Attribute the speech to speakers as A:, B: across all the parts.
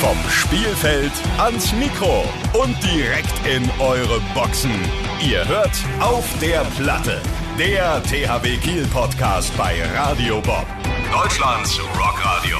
A: Vom Spielfeld ans Mikro und direkt in eure Boxen. Ihr hört auf der Platte. Der THW Kiel Podcast bei Radio Bob. Deutschlands Rockradio.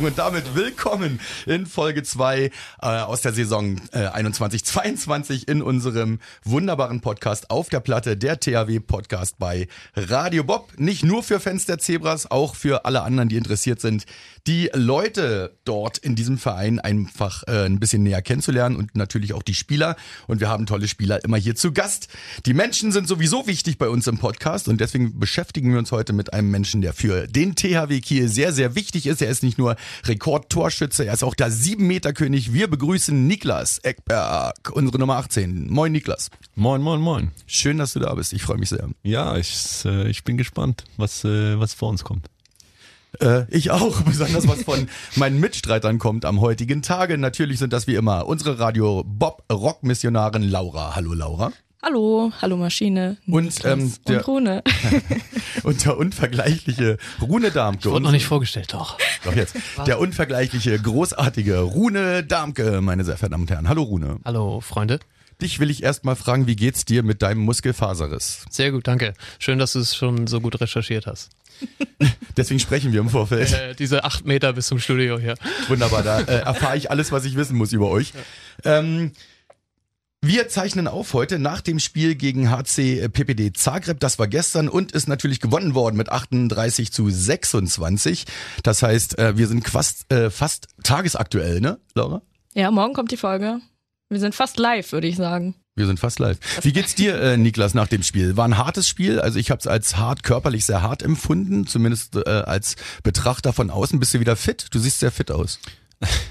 B: Und damit willkommen in Folge 2 äh, aus der Saison äh, 21-22 in unserem wunderbaren Podcast auf der Platte, der THW-Podcast bei Radio Bob. Nicht nur für Fans der Zebras, auch für alle anderen, die interessiert sind, die Leute dort in diesem Verein einfach äh, ein bisschen näher kennenzulernen und natürlich auch die Spieler. Und wir haben tolle Spieler immer hier zu Gast. Die Menschen sind sowieso wichtig bei uns im Podcast und deswegen beschäftigen wir uns heute mit einem Menschen, der für den THW Kiel sehr, sehr wichtig ist. Er ist nicht nur Rekordtorschütze. Er ist auch der Siebenmeterkönig. Wir begrüßen Niklas Eckberg, unsere Nummer 18. Moin Niklas.
C: Moin, moin, moin.
B: Schön, dass du da bist. Ich freue mich sehr.
C: Ja, ich, äh, ich bin gespannt, was, äh, was vor uns kommt.
B: Äh, ich auch, besonders was von meinen Mitstreitern kommt am heutigen Tage. Natürlich sind das wie immer unsere Radio Bob Rock Missionarin Laura. Hallo Laura.
D: Hallo, hallo Maschine.
B: Und, ähm,
D: Niklas
B: der-
D: und Rune.
B: Und der unvergleichliche Rune Darmke.
E: Wurde noch nicht vorgestellt, doch.
B: Doch jetzt. Der unvergleichliche, großartige Rune Darmke, meine sehr verehrten Damen und Herren. Hallo Rune.
E: Hallo, Freunde.
B: Dich will ich erstmal fragen, wie geht's dir mit deinem Muskelfaserriss?
E: Sehr gut, danke. Schön, dass du es schon so gut recherchiert hast.
B: Deswegen sprechen wir im Vorfeld.
E: Äh, diese acht Meter bis zum Studio hier.
B: Wunderbar, da äh, erfahre ich alles, was ich wissen muss über euch. Ähm, wir zeichnen auf heute nach dem Spiel gegen HC PPD Zagreb. Das war gestern und ist natürlich gewonnen worden mit 38 zu 26. Das heißt, äh, wir sind quast, äh, fast tagesaktuell, ne, Laura?
D: Ja, morgen kommt die Folge. Wir sind fast live, würde ich sagen.
B: Wir sind fast live. Wie geht's dir, äh, Niklas, nach dem Spiel? War ein hartes Spiel. Also ich habe es als hart, körperlich sehr hart empfunden, zumindest äh, als Betrachter von außen. Bist du wieder fit? Du siehst sehr fit aus.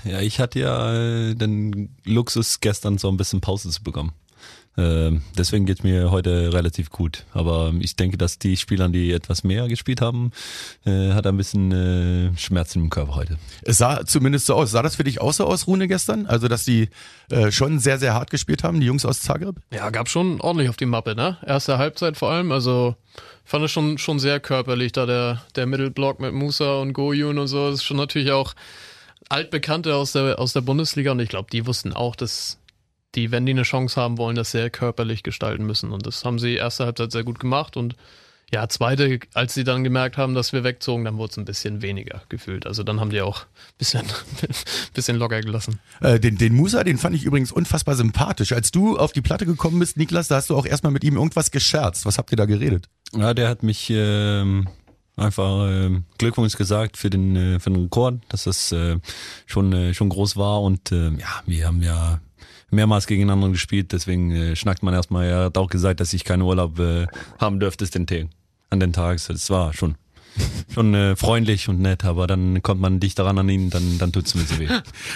C: Ja, ich hatte ja äh, den Luxus, gestern so ein bisschen Pause zu bekommen. Ähm, deswegen geht's mir heute relativ gut. Aber ich denke, dass die Spieler, die etwas mehr gespielt haben, äh, hat ein bisschen äh, Schmerzen im Körper heute.
B: Es sah zumindest so aus. Sah das für dich auch so aus, Rune, gestern? Also, dass die äh, schon sehr, sehr hart gespielt haben, die Jungs aus Zagreb?
E: Ja, gab schon ordentlich auf die Mappe, ne? Erste Halbzeit vor allem. Also fand es schon, schon sehr körperlich, da der, der Mittelblock mit Musa und Goyun und so. Das ist schon natürlich auch Altbekannte aus der, aus der Bundesliga. Und ich glaube, die wussten auch, dass die, wenn die eine Chance haben wollen, das sehr körperlich gestalten müssen. Und das haben sie erste Halbzeit sehr gut gemacht. Und ja, zweite, als sie dann gemerkt haben, dass wir wegzogen, dann wurde es ein bisschen weniger gefühlt. Also dann haben die auch ein bisschen, bisschen locker gelassen.
B: Äh, den, den Musa, den fand ich übrigens unfassbar sympathisch. Als du auf die Platte gekommen bist, Niklas, da hast du auch erstmal mit ihm irgendwas gescherzt. Was habt ihr da geredet?
C: Ja, der hat mich ähm, einfach ähm, Glückwunsch gesagt für den äh, für den Rekord, dass das äh, schon äh, schon groß war und ähm, ja, wir haben ja mehrmals gegeneinander gespielt, deswegen äh, schnackt man erstmal. Er hat auch gesagt, dass ich keinen Urlaub äh, haben dürfte den Tag, an den Tagen. Das war schon schon äh, freundlich und nett, aber dann kommt man dicht daran an ihn, dann dann tut's mir so weh.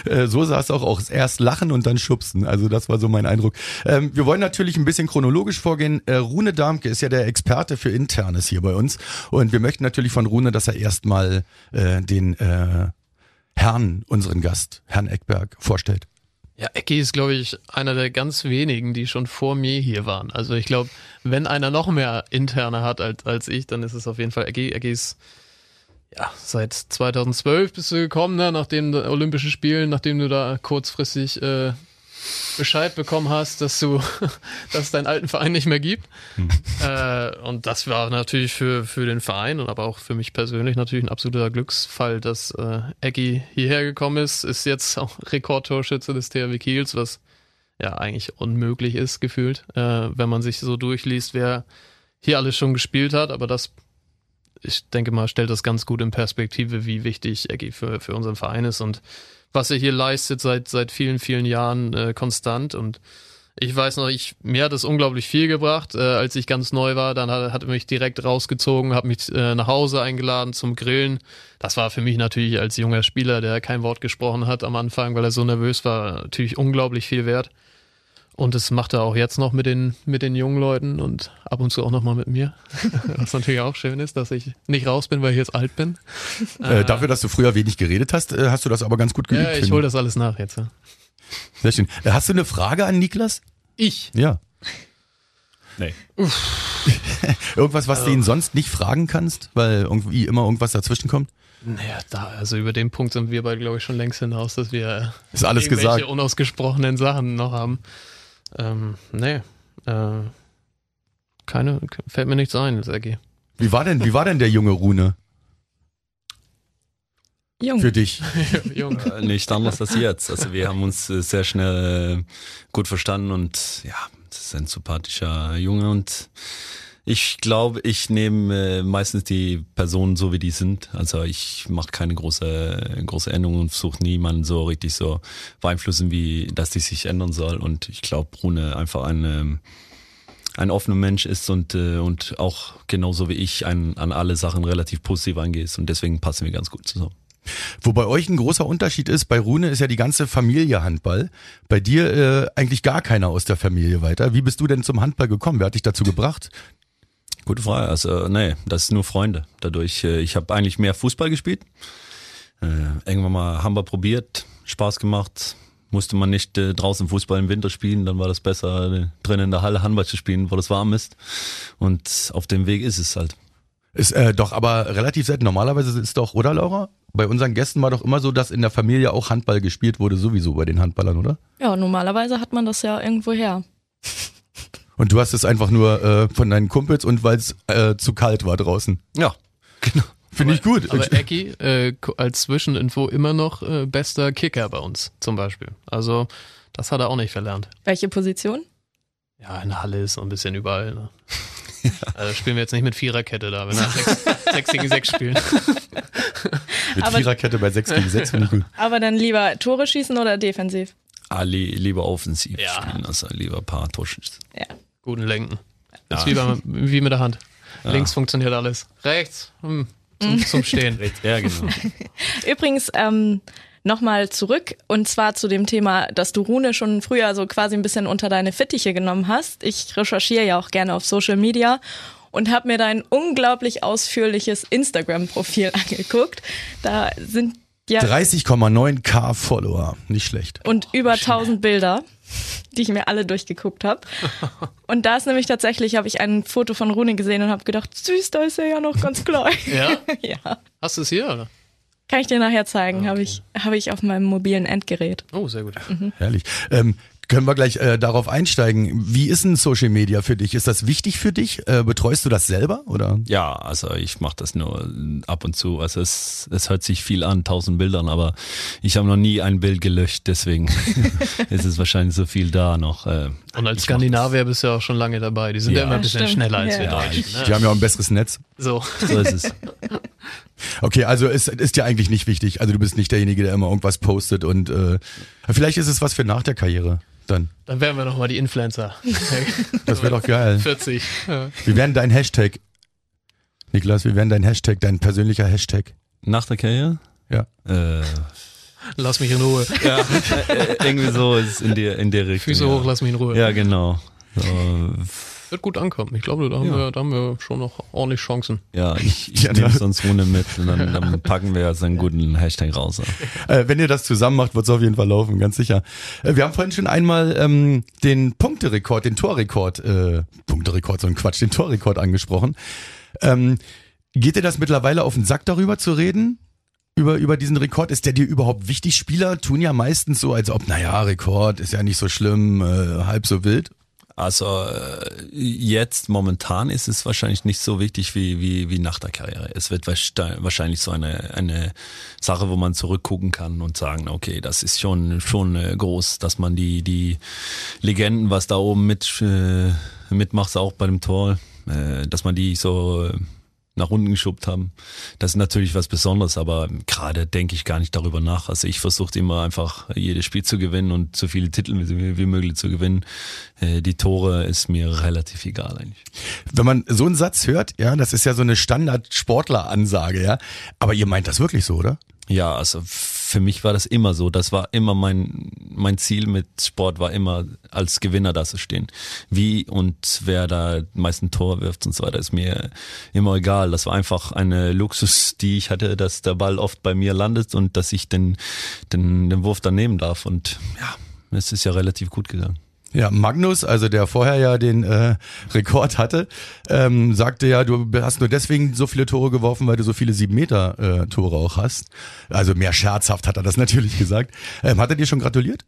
B: Äh, so sah es auch aus. Erst lachen und dann schubsen. Also das war so mein Eindruck. Ähm, wir wollen natürlich ein bisschen chronologisch vorgehen. Äh, Rune Darmke ist ja der Experte für Internes hier bei uns. Und wir möchten natürlich von Rune, dass er erstmal äh, den äh, Herrn, unseren Gast, Herrn Eckberg, vorstellt.
E: Ja, Ecki ist, glaube ich, einer der ganz wenigen, die schon vor mir hier waren. Also ich glaube, wenn einer noch mehr interne hat als, als ich, dann ist es auf jeden Fall Ecki. Ecki ist ja, seit 2012 bist du gekommen, ne? nachdem den Olympischen Spielen, nachdem du da kurzfristig äh, Bescheid bekommen hast, dass du, dass es deinen alten Verein nicht mehr gibt. Äh, und das war natürlich für, für den Verein und aber auch für mich persönlich natürlich ein absoluter Glücksfall, dass äh, Eggy hierher gekommen ist, ist jetzt auch Rekordtorschütze des THW Kiels, was ja eigentlich unmöglich ist, gefühlt, äh, wenn man sich so durchliest, wer hier alles schon gespielt hat, aber das ich denke mal, stellt das ganz gut in Perspektive, wie wichtig Eggy für, für unseren Verein ist und was er hier leistet seit, seit vielen, vielen Jahren äh, konstant. Und ich weiß noch, ich, mir hat es unglaublich viel gebracht, äh, als ich ganz neu war. Dann hat, hat er mich direkt rausgezogen, hat mich äh, nach Hause eingeladen zum Grillen. Das war für mich natürlich als junger Spieler, der kein Wort gesprochen hat am Anfang, weil er so nervös war, natürlich unglaublich viel wert. Und das macht er auch jetzt noch mit den, mit den jungen Leuten und ab und zu auch nochmal mit mir. Was natürlich auch schön ist, dass ich nicht raus bin, weil ich jetzt alt bin.
B: Äh, dafür, dass du früher wenig geredet hast, äh, hast du das aber ganz gut geübt.
E: Ja,
B: finde
E: ich hole das alles nach jetzt. Ja.
B: Sehr schön. Äh, hast du eine Frage an Niklas?
E: Ich?
B: Ja.
C: Nee.
E: Also
B: Irgendwas, was du ihn sonst nicht fragen kannst, weil irgendwie immer irgendwas dazwischen kommt?
E: Naja, da, also über den Punkt sind wir beide, glaube ich, schon längst hinaus, dass wir äh,
B: Ist alles
E: irgendwelche
B: gesagt.
E: unausgesprochenen Sachen noch haben. Ähm, nee. Äh, keine, fällt mir nichts ein, Sergi.
B: Wie war denn, wie war denn der junge Rune
D: Jung.
B: für dich?
E: Junge.
C: Äh, Nicht anders als jetzt. Also wir haben uns äh, sehr schnell äh, gut verstanden und ja, das ist ein sympathischer Junge und ich glaube, ich nehme äh, meistens die Personen so, wie die sind. Also ich mache keine große, große Änderung und versuche niemanden so richtig so beeinflussen, wie dass die sich ändern soll. Und ich glaube, Brune einfach ein, ähm, ein offener Mensch ist und, äh, und auch genauso wie ich ein, an alle Sachen relativ positiv angeht. Und deswegen passen wir ganz gut zusammen.
B: Wo bei euch ein großer Unterschied ist, bei Rune ist ja die ganze Familie Handball. Bei dir äh, eigentlich gar keiner aus der Familie weiter. Wie bist du denn zum Handball gekommen? Wer hat dich dazu gebracht?
C: Gute Frage. Also, äh, nee, das ist nur Freunde. Dadurch, äh, ich habe eigentlich mehr Fußball gespielt. Äh, irgendwann mal haben wir probiert, Spaß gemacht. Musste man nicht äh, draußen Fußball im Winter spielen, dann war das besser, äh, drinnen in der Halle Handball zu spielen, wo das warm ist. Und auf dem Weg ist es halt.
B: Ist äh, doch aber relativ selten. Normalerweise ist doch, oder Laura? Bei unseren Gästen war doch immer so, dass in der Familie auch Handball gespielt wurde, sowieso bei den Handballern, oder?
D: Ja, normalerweise hat man das ja irgendwo her.
B: Und du hast es einfach nur äh, von deinen Kumpels und weil es äh, zu kalt war draußen.
C: Ja, genau.
B: Finde ich gut.
E: Aber Eki, äh, ko- als Zwischeninfo immer noch äh, bester Kicker bei uns zum Beispiel. Also das hat er auch nicht verlernt.
D: Welche Position?
E: Ja, in der Halle ist so ein bisschen überall. Ne? Also spielen wir jetzt nicht mit Viererkette da, wenn wir sechs, sechs gegen sechs spielen.
B: Mit
D: aber-
B: Viererkette bei 6 gegen 6 finde ich gut.
D: Aber dann lieber Tore schießen oder defensiv?
C: Ali, lieber offensiv
E: Ja.
C: spielen, also lieber ein paar Torschüsse.
E: Guten Lenken. Das
C: Ja.
E: ist wie, beim, wie mit der Hand.
C: Ja.
E: Links funktioniert alles. Rechts hm, zum, zum Stehen.
C: Ja, genau.
D: Übrigens, ähm, nochmal zurück und zwar zu dem Thema, dass du Rune schon früher so quasi ein bisschen unter deine Fittiche genommen hast. Ich recherchiere ja auch gerne auf Social Media und habe mir dein unglaublich ausführliches Instagram-Profil angeguckt. Da sind ja
B: 30,9k Follower. Nicht schlecht.
D: und über 1000 Bilder, die ich mir alle durchgeguckt habe. Und da ist nämlich tatsächlich, habe ich ein Foto von Rune gesehen und habe gedacht, süß, da ist er ja noch ganz klein.
E: Ja?
D: ja.
E: Hast du es hier? Oder?
D: Kann ich dir nachher zeigen, habe ich, hab ich auf meinem mobilen Endgerät.
E: Oh, sehr gut.
B: Herrlich. Ähm, können wir gleich äh, darauf einsteigen. Wie ist denn Social Media für dich? Ist das wichtig für dich? Äh, betreust du das selber? Oder?
C: Ja, also ich mache das nur ab und zu. Also es, es hört sich viel an, tausend Bildern, aber ich habe noch nie ein Bild gelöscht, deswegen ist es wahrscheinlich so viel da noch. äh,
E: Und als
C: ich mach
E: Skandinavier bist du ja auch schon lange dabei. Die sind ja,
C: Ja.
E: immer ein
D: Ja,
E: bisschen
D: stimmt.
E: schneller als wir
D: Ja.
C: Ja,
E: Deutschen.
C: ich-
E: Ne?
B: Die haben ja auch ein besseres Netz.
E: So.
C: das. So ist es.
B: Okay, also es ist ja eigentlich nicht wichtig. Also du bist nicht derjenige, der immer irgendwas postet und äh, vielleicht ist es was für nach der Karriere. Dann.
E: Dann wären wir nochmal die Influencer.
B: Das wäre doch geil.
E: 40. Ja.
B: Wir werden dein Hashtag. Niklas, wir werden dein Hashtag, dein persönlicher Hashtag.
C: Nach der Karriere?
B: Ja.
C: Äh,
E: Lass mich in Ruhe.
C: ja, äh, irgendwie so ist es in der, in der Richtung.
E: Füße
C: ja.
E: hoch, lass mich in Ruhe.
C: Ja, genau. So,
E: Wird gut ankommen. Ich glaube, da haben,
C: Ja.
E: wir, da haben wir schon noch ordentlich Chancen.
C: ja, ich, ich
B: Ja, ne?
C: nehme
B: da-
C: sonst Rune mit und dann, dann packen wir so einen guten Hashtag raus. ja.
B: Äh, wenn ihr das zusammen macht, wird es auf jeden Fall laufen, ganz sicher. Äh, wir haben vorhin schon einmal ähm, den Punkterekord, den Torrekord, äh, Punkterekord, so ein Quatsch, den Torrekord angesprochen. Ähm, geht dir das mittlerweile auf den Sack, darüber zu reden? Über, über diesen Rekord, ist der dir überhaupt wichtig? Spieler tun ja meistens so, als ob, naja, Rekord ist ja nicht so schlimm, äh, halb so wild.
C: Also äh, jetzt momentan ist es wahrscheinlich nicht so wichtig wie, wie, wie nach der Karriere. Es wird wahrscheinlich wahrscheinlich so eine, eine Sache, wo man zurückgucken kann und sagen, okay, das ist schon, schon äh, groß, dass man die, die Legenden, was da oben mit, äh, mitmacht, auch bei dem Tor, äh, dass man die so äh, nach unten geschubbt haben. Das ist natürlich was Besonderes, aber gerade denke ich gar nicht darüber nach. Also ich versuche immer einfach jedes Spiel zu gewinnen und so viele Titel wie, wie möglich zu gewinnen. Äh, Die Tore ist mir relativ egal eigentlich.
B: Wenn man so einen Satz hört, ja, das ist ja so eine Standard-Sportler-Ansage, ja. Aber ihr meint das wirklich so, oder?
C: Ja, also für mich war das immer so. Das war immer mein, mein Ziel mit Sport, war immer als Gewinner da zu stehen. Wie und wer da die meisten Tore wirft und so weiter, ist mir immer egal. Das war einfach eine Luxus, die ich hatte, dass der Ball oft bei mir landet und dass ich den, den, den Wurf dann nehmen darf. Und ja, es ist ja relativ gut gegangen.
B: Ja, Magnus, also der vorher ja den äh, Rekord hatte, ähm, sagte ja, du hast nur deswegen so viele Tore geworfen, weil du so viele 7-Meter-Tore auch hast. Also mehr scherzhaft hat er das natürlich gesagt. Ähm, hat er dir schon gratuliert?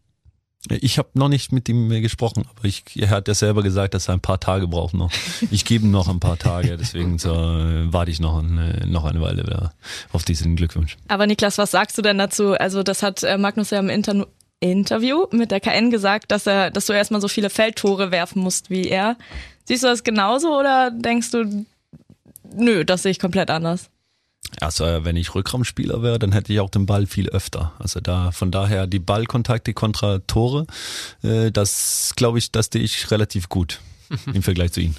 C: Ich habe noch nicht mit ihm äh, gesprochen, aber ich, er hat ja selber gesagt, dass er ein paar Tage braucht noch. Ich gebe ihm noch ein paar Tage, deswegen so, äh, warte ich noch, ein, äh, noch eine Weile wieder auf diesen Glückwunsch.
D: Aber Niklas, was sagst du denn dazu? Also das hat äh, Magnus ja im Inter Interview mit der KN gesagt, dass er, dass du erstmal so viele Feldtore werfen musst wie er. Siehst du das genauso oder denkst du, nö, das sehe ich komplett anders?
C: Also äh, wenn ich Rückraumspieler wäre, dann hätte ich auch den Ball viel öfter. Also da von daher die Ballkontakte kontra Tore, äh, das glaube ich, das stehe ich relativ gut im Vergleich zu ihm.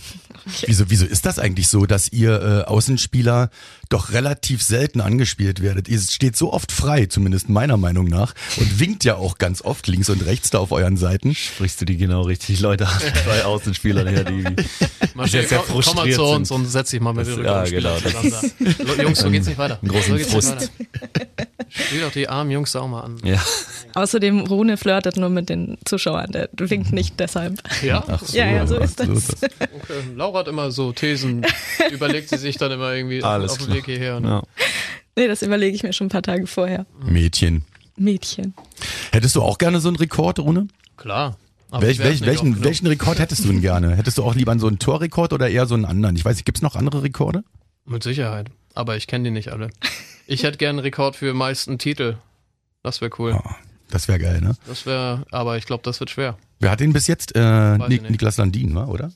B: Wieso, wieso ist das eigentlich so, dass ihr äh, Außenspieler doch relativ selten angespielt werdet? Ihr steht so oft frei, zumindest meiner Meinung nach, und winkt ja auch ganz oft links und rechts da auf euren Seiten.
C: Sprichst du die genau richtig Leute an, zwei Außenspieler, ja, die
E: Mal
C: Sehr, sehr
E: komm, komm mal
C: frustriert
E: zu uns
C: sind.
E: und setz dich mal mit
C: Das-
E: den
C: ja,
E: Rückraumspielern
C: genau,
E: zusammen. da. Jungs, so geht's nicht weiter.
C: einen großen
E: so geht's
C: Frust.
E: nicht weiter. Spiel doch die armen Jungs da auch mal an.
C: ja.
D: Außerdem, Rune flirtet nur mit den Zuschauern, der winkt nicht deshalb.
E: Ja?
D: ja, ja, so ist das.
B: So ist das.
E: Okay. Laura hat immer so Thesen, überlegt sie sich dann immer irgendwie auf-
C: Alles
E: auf dem
C: klar.
E: Weg hierher. Ne?
C: Ja.
D: Nee, das überlege ich mir schon ein paar Tage vorher.
B: Mädchen.
D: Mädchen.
B: Hättest du auch gerne so einen Rekord, Rune?
E: Klar. Aber
B: Welch,
E: ich
B: welch,
E: werd's nicht oft
B: welchen,
E: genug.
B: welchen Rekord hättest du denn gerne? Hättest du auch lieber so einen Torrekord oder eher so einen anderen? Ich weiß nicht, gibt's noch andere Rekorde?
E: Mit Sicherheit. Aber ich kenne die nicht alle. Ich hätte gern einen Rekord für meisten Titel. Das wäre cool.
B: Ja, das wäre geil, ne?
E: Das wäre, aber ich glaube, das wird schwer.
B: Wer hat den bis jetzt? Äh,
E: ich
B: Nik
E: nicht.
B: Niklas Landin, wa, oder?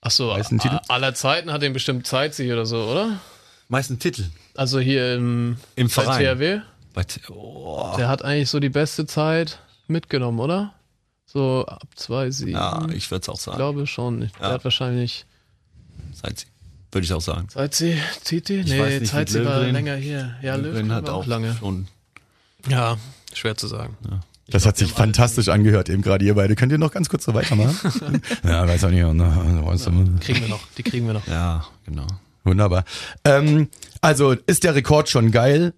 E: Achso,
B: Meisten Titel?
E: aller Zeiten hat den bestimmt Zeit sich oder so, oder?
C: Meisten Titel
E: Also hier im,
C: im
E: bei
C: Verein.
E: THW,
C: Bei T- oh,
E: der hat eigentlich so die beste Zeit mitgenommen, oder? So ab 2,7.
C: ja,
B: Mhm.
E: ich
C: ich würde es auch sagen.
E: glaube schon. Der
C: Ja.
E: hat wahrscheinlich
C: Seid sie. Würde ich auch sagen.
E: Zeitzi, Titi?
C: Ich weiß
E: Nee,
C: nicht,
E: Zeitzi
C: mit
E: war
C: Löwen.
E: länger hier. Ja, Löwen
C: Löwen hat auch
E: lange.
C: schon.
E: Ja, schwer zu sagen.
B: Das hat sich
E: wir haben alle-
B: fantastisch angehört, eben gerade ihr beide. Könnt ihr noch ganz kurz so weitermachen? ja, weiß auch nicht. ne, weißt du.
E: Kriegen wir noch, die kriegen wir noch.
C: Ja, genau.
B: Wunderbar. Ähm, also ist der Rekord schon geil?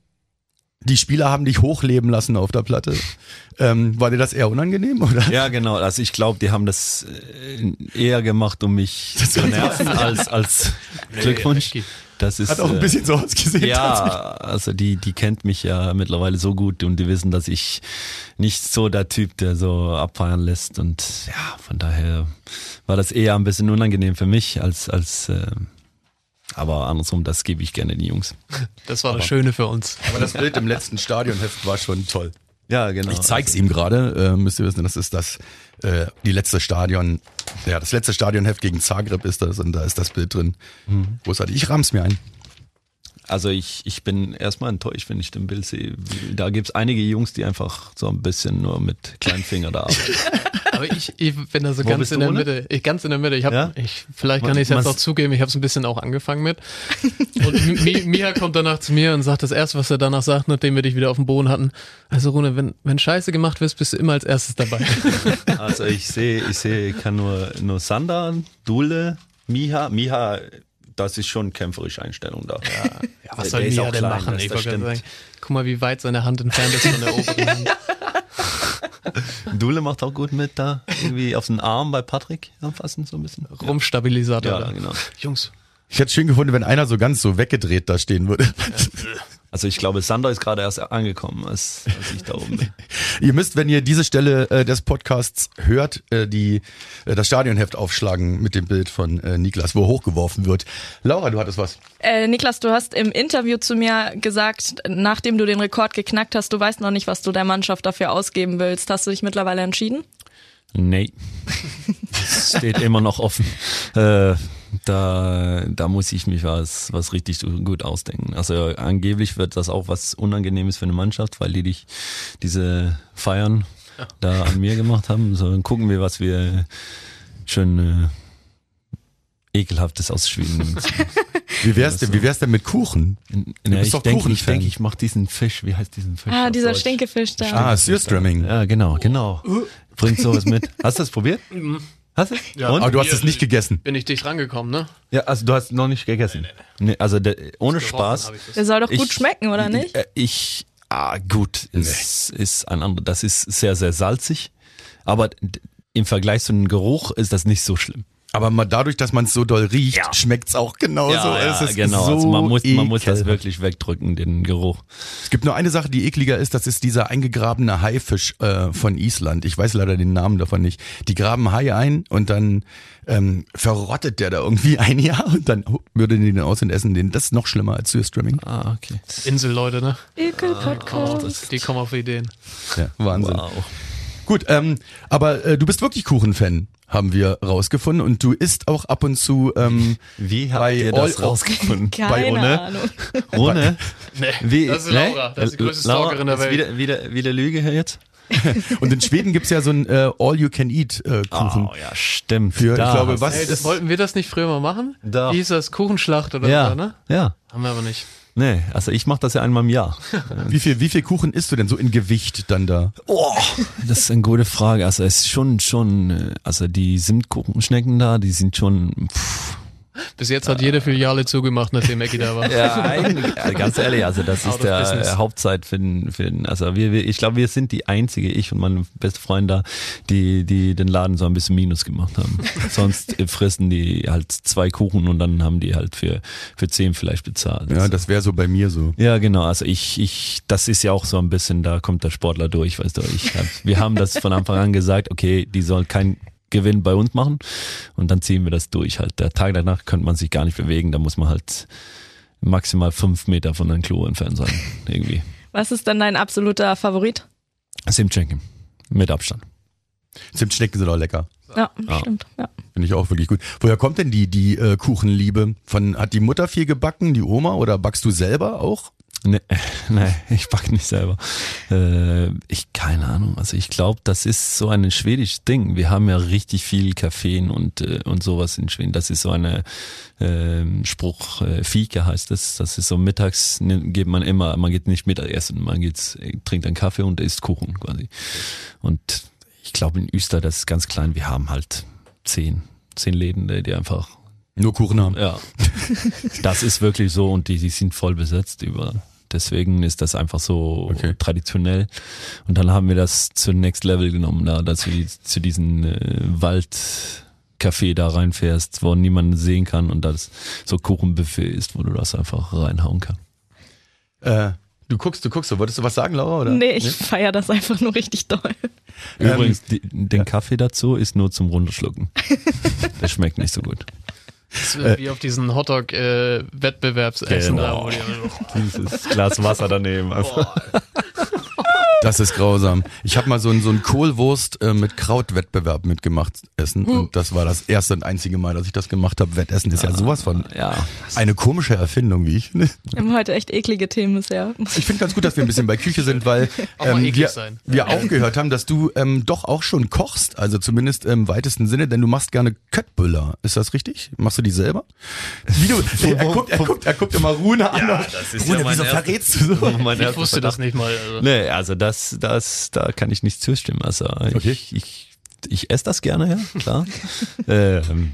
B: Die Spieler haben dich hochleben lassen auf der Platte. Ähm, war dir das eher unangenehm, oder?
C: Ja, genau. Also ich glaube, die haben das äh, eher gemacht, um mich zu nerven als als Glückwunsch.
E: Ricky.
C: Das ist
B: Hat auch ein
C: äh,
B: bisschen so ausgesehen. tatsächlich.
C: ja, also die die kennt mich ja mittlerweile so gut und die wissen, dass ich nicht so der Typ, der so abfeiern lässt und ja, von daher war das eher ein bisschen unangenehm für mich als als äh, aber andersrum, das gebe ich gerne den Jungs.
E: Das war das Schöne für uns.
B: Aber das Bild im letzten Stadionheft war schon toll.
C: Ja, genau.
B: Ich zeig's ihm gerade, äh, müsst ihr wissen, das ist das, äh, die letzte Stadion, ja, das letzte Stadionheft gegen Zagreb ist das und da ist das Bild drin. Großartig. Ich rahm's mir ein.
C: Also ich, ich bin erstmal enttäuscht, wenn ich den Bild sehe. Da gibt's einige Jungs, die einfach so ein bisschen nur mit Kleinfinger da arbeiten.
E: Aber ich, ich bin da so
C: Wo
E: ganz
C: bist
E: in
C: du,
E: der
C: Ole?
E: Mitte. Ich, ganz in der Mitte. Ich hab,
C: Ja?
E: ich, vielleicht kann
C: Man-
E: ich es jetzt
C: man's-
E: auch zugeben, ich habe es ein bisschen auch angefangen mit. Und M- Mi- Mia kommt danach zu mir und sagt das erste, was er danach sagt, nachdem wir dich wieder auf dem Boden hatten. Also Rune, wenn, wenn Scheiße gemacht wirst, bist du immer als erstes dabei.
C: Also ich sehe, ich sehe, ich kann nur, nur Sander, Dule, Miha. Miha, das ist schon kämpferische Einstellung da. Ja,
E: Was soll Mia denn machen? Ich wollte gerade sagen, guck mal, wie weit seine Hand entfernt ist von der oberen Hand.
C: Dule macht auch gut mit da. Irgendwie auf den Arm bei Patrick anfassen, so ein bisschen.
E: Rumpfstabilisator.
C: Ja,
E: da.
C: genau.
E: Jungs,
B: Ich hätte schön gefunden, wenn einer so ganz so weggedreht da stehen würde.
C: Also ich glaube, Sander ist gerade erst angekommen, als, als ich da oben bin.
B: Ihr müsst, wenn ihr diese Stelle äh, des Podcasts hört, äh, die, äh, das Stadionheft aufschlagen mit dem Bild von äh, Niklas, wo er hochgeworfen wird. Laura, du hattest was.
D: Äh, Niklas, du hast im Interview zu mir gesagt, nachdem du den Rekord geknackt hast, du weißt noch nicht, was du der Mannschaft dafür ausgeben willst. Hast du dich mittlerweile entschieden?
C: Nee. Das steht immer noch offen. Äh, da, da muss ich mich was, was richtig gut ausdenken. Also angeblich wird das auch was Unangenehmes für eine Mannschaft, weil die dich diese Feiern da an mir gemacht haben. So, dann gucken wir, was wir schön äh, ekelhaftes aus Schweden.
B: Wie wär's denn, wie wär's denn mit Kuchen?
C: Ja,
B: bist
C: ich
B: doch
C: denke, ich,
B: Kuchenfan.
C: denk, ich mache diesen Fisch. Wie heißt diesen Fisch?
D: Ah,
C: auf
D: dieser
C: Deutsch?
D: Stinkefisch da.
B: Ah, Searstramming.
C: Ja, genau, genau. Bringt sowas mit. Hast du das probiert? Hast du?
E: Ja.
C: Und?
B: Aber Ah, du hast es nicht gegessen.
E: bin ich dicht rangekommen, ne?
C: Ja, also du hast noch nicht gegessen. Nee, also der, ohne Spaß.
E: Gerochen hab ich das.
D: Der soll doch gut
C: ich-
D: schmecken, oder nicht?
C: äh, Ich, ah, gut, es ist ein anderer, das ist sehr, sehr salzig. Aber d- im Vergleich zu einem Geruch ist das nicht so schlimm.
B: Aber mal dadurch, dass man es so doll riecht, schmeckt's schmeckt es auch genauso. es ist
C: genau.
B: so
C: also man muss, man muss das
B: ekelhaft.
C: wirklich wegdrücken, den Geruch.
B: Es gibt nur eine Sache, die ekliger ist, das ist dieser eingegrabene Haifisch äh, von Island. Ich weiß leider den Namen davon nicht. Die graben Hai ein und dann ähm, verrottet der da irgendwie ein Jahr und dann oh, würden die den aus und essen den. Das ist noch schlimmer als Surstreaming.
C: Ah, okay.
E: Inselleute, ne?
D: Ekel-Podcast.
E: Die kommen auf Ideen.
B: Ja, Wahnsinn.
C: Wow.
B: Gut, ähm, aber äh, du bist wirklich Kuchenfan, haben wir rausgefunden. Und du isst auch ab und zu ähm,
C: Wie habt
B: Bei
C: ihr das
B: all-
C: rausgefunden?
D: Keine
C: Ohne?
D: Ahnung.
C: Ohne?
E: Nee,
C: Wie,
E: das ist
C: ne?
E: Laura. Das ist die größte
C: Laura,
E: Stalkerin der
C: ist
E: Welt.
C: Wieder, wieder, wieder Lüge hier jetzt?
B: und in Schweden gibt's ja so ein äh, All-You-Can-Eat-Kuchen.
C: Oh, ja, stimmt.
B: Für, ich glaube, was-
E: Ey, das wollten wir das nicht früher mal machen?
C: Da.
E: Wie hieß das? Kuchenschlacht oder
C: ja,
E: so, ne?
C: ja.
E: Haben wir aber nicht.
C: Nee, also ich mache das ja einmal im Jahr.
B: Wie viel, wie viel Kuchen isst du denn so in Gewicht dann da?
C: Oh, das ist eine gute Frage. Also es ist schon, schon, äh, also die Simtkuchenschnecken da, die sind schon, pff,
E: Bis jetzt hat jede Filiale zugemacht, nachdem Maggie da war.
C: ja, eigentlich, also ganz ehrlich, also das
E: Out
C: ist
E: of
C: der
E: business.
C: äh, Hauptzeit für den, für den also wir, wir ich glaube, wir sind die einzige, ich und meine beste Freundin da, die, die den Laden so ein bisschen Minus gemacht haben. Sonst äh, fressen die halt zwei Kuchen und dann haben die halt für, für zehn vielleicht bezahlt.
B: Ja, das wäre so bei mir so.
C: Ja, genau. Also ich, ich, das ist ja auch so ein bisschen, da kommt der Sportler durch, weißt du. Ich hab, wir haben das von Anfang an gesagt, okay, die sollen keinen Gewinn bei uns machen und dann ziehen wir das durch. Halt der Tag danach könnte man sich gar nicht bewegen, da muss man halt maximal fünf Meter von einem Klo entfernt sein, irgendwie.
D: Was ist denn dein absoluter Favorit?
C: Simchenkin mit Abstand.
B: Zimtschnecken sind auch lecker.
D: Ja,
C: Ah.
D: stimmt. Ja.
B: Finde ich auch wirklich gut. Woher kommt denn die, die äh, Kuchenliebe? Von, hat die Mutter viel gebacken, die Oma oder backst du selber auch?
C: Nee, nee, ich backe nicht selber. Äh, ich, keine Ahnung. Also ich glaube, das ist so ein schwedisches Ding. Wir haben ja richtig viel Kaffeen und, äh, und sowas in Schweden. Das ist so eine ähm, Spruch, äh, Fika heißt das. Das ist so mittags, ne, geht man immer, man geht nicht Mittagessen, man geht, trinkt einen Kaffee und isst Kuchen quasi. Und ich glaube in Öster, das ist ganz klein, wir haben halt zehn, zehn Läden, die die einfach,
B: Nur Kuchen haben.
C: ja. Das ist wirklich so und die, die sind voll besetzt überall. Deswegen ist das einfach so
B: Okay.
C: traditionell. Und dann haben wir das zu Next Level genommen, da, dass du die- zu diesem äh, Waldcafé da reinfährst, wo niemand sehen kann und das so Kuchenbuffet ist, wo du das einfach reinhauen kannst.
B: Äh, du guckst, du guckst so. Wolltest du was sagen, Laura? Oder?
D: Nee, ich feier das einfach nur richtig doll.
B: Ähm,
C: Übrigens, die, den Kaffee dazu ist nur zum Runterschlucken. Der schmeckt nicht so gut.
E: Das ist wie auf diesen Hotdog-Wettbewerbsessen
C: Genau.
E: da. Wo die,
C: Dieses Glas Wasser daneben. Einfach.
B: Das ist grausam. Ich habe mal so einen so einen Kohlwurst äh, mit Krautwettbewerb mitgemacht, Essen. Und das war das erste und einzige Mal, dass ich das gemacht habe. Wettessen ist ja sowas von
C: Ja,
B: eine komische Erfindung, wie ich finde.
D: Wir haben heute echt eklige Themen bisher.
B: Ich finde ganz gut, dass wir ein bisschen bei Küche sind, weil
E: Auch mal
B: ähm,
E: eklig
B: wir,
E: sein.
B: wir auch gehört haben, dass du ähm, doch auch schon kochst, also zumindest im weitesten Sinne, denn du machst gerne Köttbüller. Ist das richtig? Machst du die selber? Wie du, er, guckt, er, guckt, er guckt immer Rune an. Ja,
C: das ist
B: Rune,
C: ja mein
B: wieso
C: erster-
B: verrätst du so?
C: mein
E: ich wusste das nicht mal. Also.
C: Nee, also das, das, da kann ich nicht zustimmen. Also
B: Okay.
C: ich, ich, ich esse das gerne, ja, klar. ähm,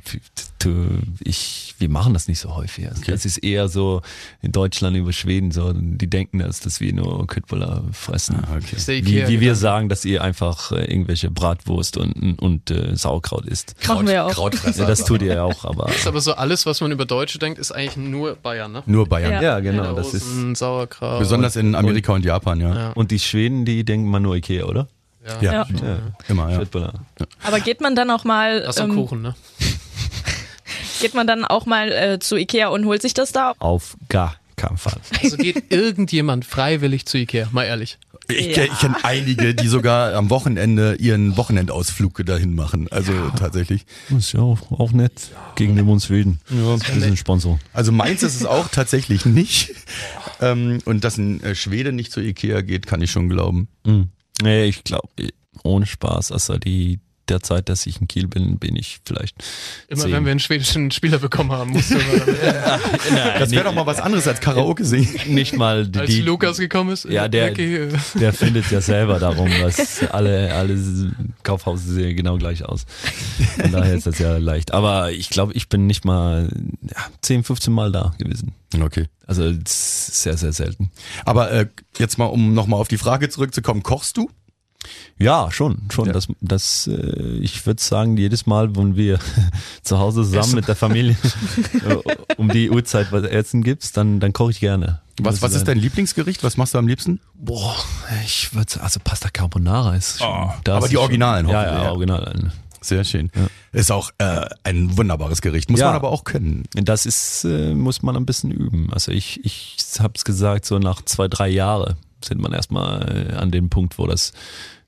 C: du, ich, wir machen das nicht so häufig. Also Das ist eher so in Deutschland über Schweden so, die denken das, dass wir nur Köttbullar fressen.
B: Ah,
E: Ist der
C: Wie,
E: Ikea
C: wie wir
E: gegangen.
C: sagen, dass ihr einfach äh, irgendwelche Bratwurst und, und äh, Sauerkraut isst.
D: Machen wir auch.
B: Krautfresser.
C: Ja, das tut ihr ja auch, aber.
E: Ist aber so alles, was man über Deutsche denkt, ist eigentlich nur Bayern, ne?
B: Nur Bayern.
D: Ja.
C: Ja, genau, das ist.
E: Rosen, Sauerkraut.
B: Besonders in Amerika und Japan, ja.
E: Ja.
C: Und die Schweden, die denken mal nur Ikea, oder?
E: Ja.
B: Ja,
D: Ja.
C: Ja.
B: immer, Ah, ja.
C: Köttbullar.
D: Aber geht man dann auch mal,
E: Das ist auch
D: ähm,
E: Kuchen, ne?
D: geht man dann auch mal äh, zu Ikea und holt sich das da?
C: Auf gar keinen Fall.
E: Also geht irgendjemand freiwillig zu Ikea, mal ehrlich.
B: Ich,
D: Ja.
B: kenn- ich kenne einige, die sogar am Wochenende ihren Wochenendausflug dahin machen. Also tatsächlich.
C: Ist ja auch, auch nett gegen den Bund Schweden. Ja, das ist ein Sponsor.
B: Also meins ist es auch tatsächlich nicht. Ähm, und dass ein äh, Schwede nicht zu Ikea geht, kann ich schon glauben.
C: Nee, ich glaube, ohne Spaß, also die der Zeit, dass ich in Kiel bin, bin ich vielleicht.
E: Immer
C: zehn.
E: wenn wir einen schwedischen Spieler bekommen haben, musst du immer damit.
C: Nein,
B: Das
C: nee,
B: wäre doch mal was anderes als Karaoke singen.
C: Nicht mal die.
E: Als Lukas gekommen ist,
C: Ja, der-
E: Maggie, äh,
C: Der findet ja selber darum, dass alle, alle Kaufhaus sehen genau gleich aus. Von daher ist das ja leicht. Aber ich glaube, ich bin nicht mal ja, 10, 15 Mal da gewesen.
B: Okay.
C: Also es ist sehr, sehr selten.
B: Aber äh, jetzt mal, um nochmal auf die Frage zurückzukommen, kochst du?
C: Ja, schon, schon.
B: Ja.
C: Das, das, äh, ich würde sagen, jedes Mal, wenn wir zu Hause zusammen mit der Familie äh, um die Uhrzeit was essen gibt's, dann, dann koche ich gerne.
B: Was,
C: Muss
B: was
C: sein.
B: ist dein Lieblingsgericht? Was machst du am liebsten?
C: Boah, ich würde also Pasta Carbonara ist schon,
B: Oh,
C: das
B: aber
C: ist
B: die Originalen,
C: schon, ja,
B: hoffentlich,
C: ja,
B: ja.
C: Originalen.
B: Sehr schön. Ist auch äh, ein wunderbares Gericht. Muss
C: Ja.
B: man aber auch können.
C: Das ist äh, muss man ein bisschen üben. Also ich ich hab's gesagt, so nach zwei drei Jahre sind man erstmal äh, an dem Punkt, wo das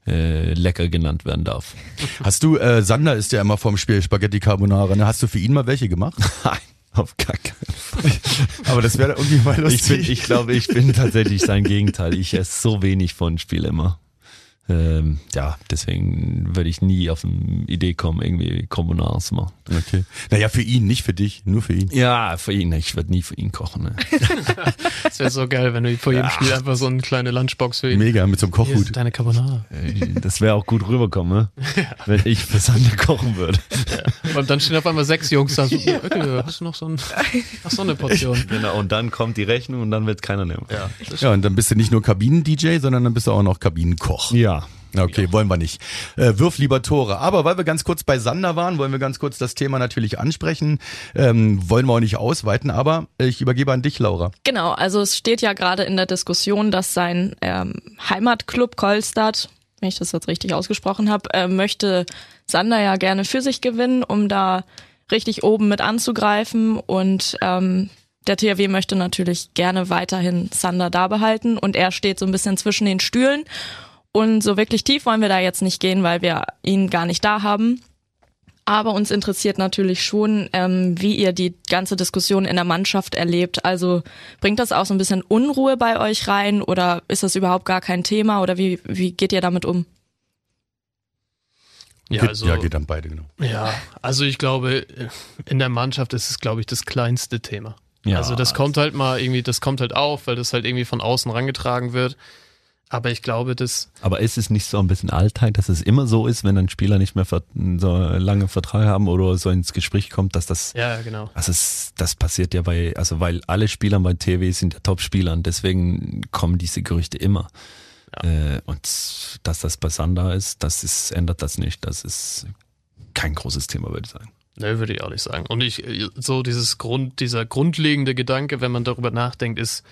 C: äh, lecker genannt werden darf.
B: Hast du, äh, Sander ist ja immer vorm Spiel Spaghetti Carbonara, ne? Hast du für ihn mal welche gemacht?
C: Nein, auf gar keinen
B: Aber das wäre irgendwie mal
C: Ich, bin, ich glaube, ich bin tatsächlich sein Gegenteil. Ich esse so wenig von Spiel immer. Ähm, ja, deswegen würde ich nie auf eine Idee kommen, irgendwie Carbonara zu machen.
B: okay. Naja, für ihn, nicht für dich, nur für ihn.
C: Ja, für ihn. Ich würde nie für ihn kochen. Ne?
E: Das wäre so geil, wenn du vor jedem Spiel einfach so eine kleine Lunchbox für ihn.
B: Mega, mit so einem
E: Hier
B: Kochhut.
E: ist deine Carbonara.
C: Äh, Das wäre auch gut rüberkommen, ne? wenn ich für Sander kochen würde.
E: Und dann stehen auf einmal sechs Jungs da. So, "Öckel, Hast du noch so, ein, hast noch eine Portion?
C: Genau, und dann kommt die Rechnung und dann wird keiner nehmen. Ja,
B: Ja, und dann bist du nicht nur Kabinen-DJ, sondern dann bist du auch noch Kabinenkoch.
C: ja.
B: Okay, wollen wir nicht. Äh, wirf lieber Tore. Aber weil wir ganz kurz bei Sander waren, wollen wir ganz kurz das Thema natürlich ansprechen. Ähm, wollen wir auch nicht ausweiten, aber ich übergebe an dich, Laura.
D: Genau, also es steht ja gerade in der Diskussion, dass sein ähm, Heimatclub Kolstadt, wenn ich das jetzt richtig ausgesprochen habe, äh, möchte Sander ja gerne für sich gewinnen, um da richtig oben mit anzugreifen. Und ähm, der THW möchte natürlich gerne weiterhin Sander da behalten und er steht so ein bisschen zwischen den Stühlen. Und so wirklich tief wollen wir da jetzt nicht gehen, weil wir ihn gar nicht da haben. Aber uns interessiert natürlich schon, ähm, wie ihr die ganze Diskussion in der Mannschaft erlebt. Also bringt das auch so ein bisschen Unruhe bei euch rein oder ist das überhaupt gar kein Thema oder wie, wie geht ihr damit um?
E: Ja,
B: geht,
E: also,
B: ja, geht an beide, genau.
E: ja, also ich glaube, in der Mannschaft ist es, glaube ich, das kleinste Thema.
C: Ja.
E: also das kommt halt mal irgendwie, das kommt halt auf, weil das halt irgendwie von außen rangetragen wird. Aber ich glaube, das,
C: Aber ist es nicht so ein bisschen Alltag, dass es immer so ist, wenn ein Spieler nicht mehr vert- so lange Vertrag haben oder so ins Gespräch kommt, dass das
E: ja, genau.
C: Also es, das passiert ja bei, also weil alle Spieler bei TW sind ja Top-Spieler und deswegen kommen diese Gerüchte immer. Äh, und dass das bei Sander ist, das ist, ändert das nicht. Das ist kein großes Thema, würde ich sagen.
E: Ne, würde ich auch nicht sagen. Und ich, äh, so dieses Grund, dieser grundlegende Gedanke, wenn man darüber nachdenkt, ist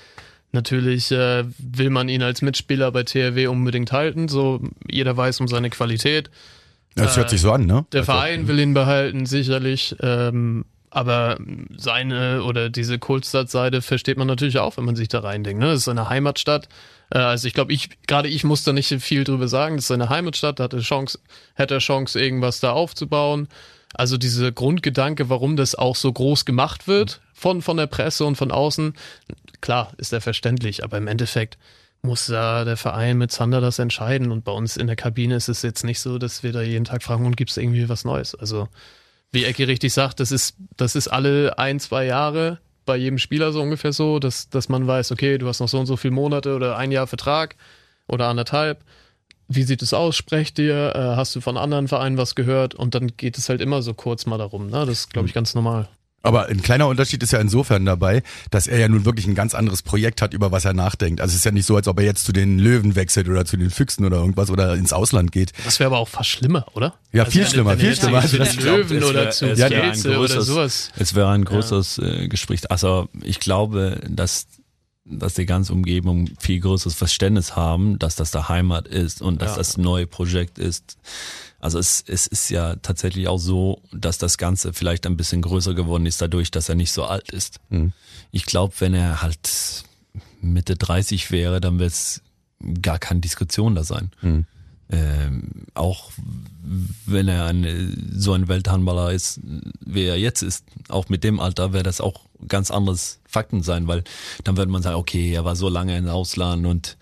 E: natürlich, äh, will man ihn als Mitspieler bei THW unbedingt halten. So, jeder weiß um seine Qualität.
B: Das hört sich so an, ne?
E: äh, Der
B: Also,
E: Verein will ihn behalten, sicherlich. Ähm, aber seine oder diese Kohlstadt-Seite versteht man natürlich auch, wenn man sich da reindenkt. Ne? Das ist seine Heimatstadt. Äh, also ich glaube, ich, gerade ich muss da nicht viel drüber sagen. Das ist seine Heimatstadt, da hatte Chance, hätte er Chance, irgendwas da aufzubauen. Also dieser Grundgedanke, warum das auch so groß gemacht wird von, von der Presse und von außen, klar, ist er verständlich, aber im Endeffekt muss da der Verein mit Zander das entscheiden. Und bei uns in der Kabine ist es jetzt nicht so, dass wir da jeden Tag fragen, und gibt es irgendwie was Neues? Also, wie Ecki richtig sagt, das ist, das ist alle ein, zwei Jahre bei jedem Spieler so ungefähr so, dass, dass man weiß, okay, du hast noch so und so viele Monate oder ein Jahr Vertrag oder anderthalb. Wie sieht es aus? Sprech dir, äh, hast du von anderen Vereinen was gehört? Und dann geht es halt immer so kurz mal darum. Ne? Das ist, glaube ich, ganz normal.
B: Aber ein kleiner Unterschied ist ja insofern dabei, dass er ja nun wirklich ein ganz anderes Projekt hat, über was er nachdenkt. Also es ist ja nicht so, als ob er jetzt zu den Löwen wechselt oder zu den Füchsen oder irgendwas oder ins Ausland geht.
E: Das wäre aber auch fast schlimmer, oder?
B: Ja, viel
E: Also wenn-
B: schlimmer,
E: wenn
B: viel
E: er jetzt
B: schlimmer.
E: zu den
B: Also das
C: glaubt,
E: Löwen
C: es
E: oder
C: wär-
E: zu
C: es wär ein
E: Pilze oder
C: größeres-
E: sowas.
C: Es wäre ein größeres äh, Gespräch. Also ich glaube, dass, dass die ganze Umgebung viel größeres Verständnis haben, dass das der Heimat ist und dass
E: Ja.
C: das neue Projekt ist. Also es, es ist ja tatsächlich auch so, dass das Ganze vielleicht ein bisschen größer geworden ist, dadurch, dass er nicht so alt ist. Ich glaube, wenn er halt Mitte 30 wäre, dann wird es gar keine Diskussion da sein. Ähm, auch wenn er eine, so ein Welthandballer ist, wie er jetzt ist, auch mit dem Alter wäre das auch ganz anderes Fakten sein, weil dann würde man sagen, okay, er war so lange im Ausland und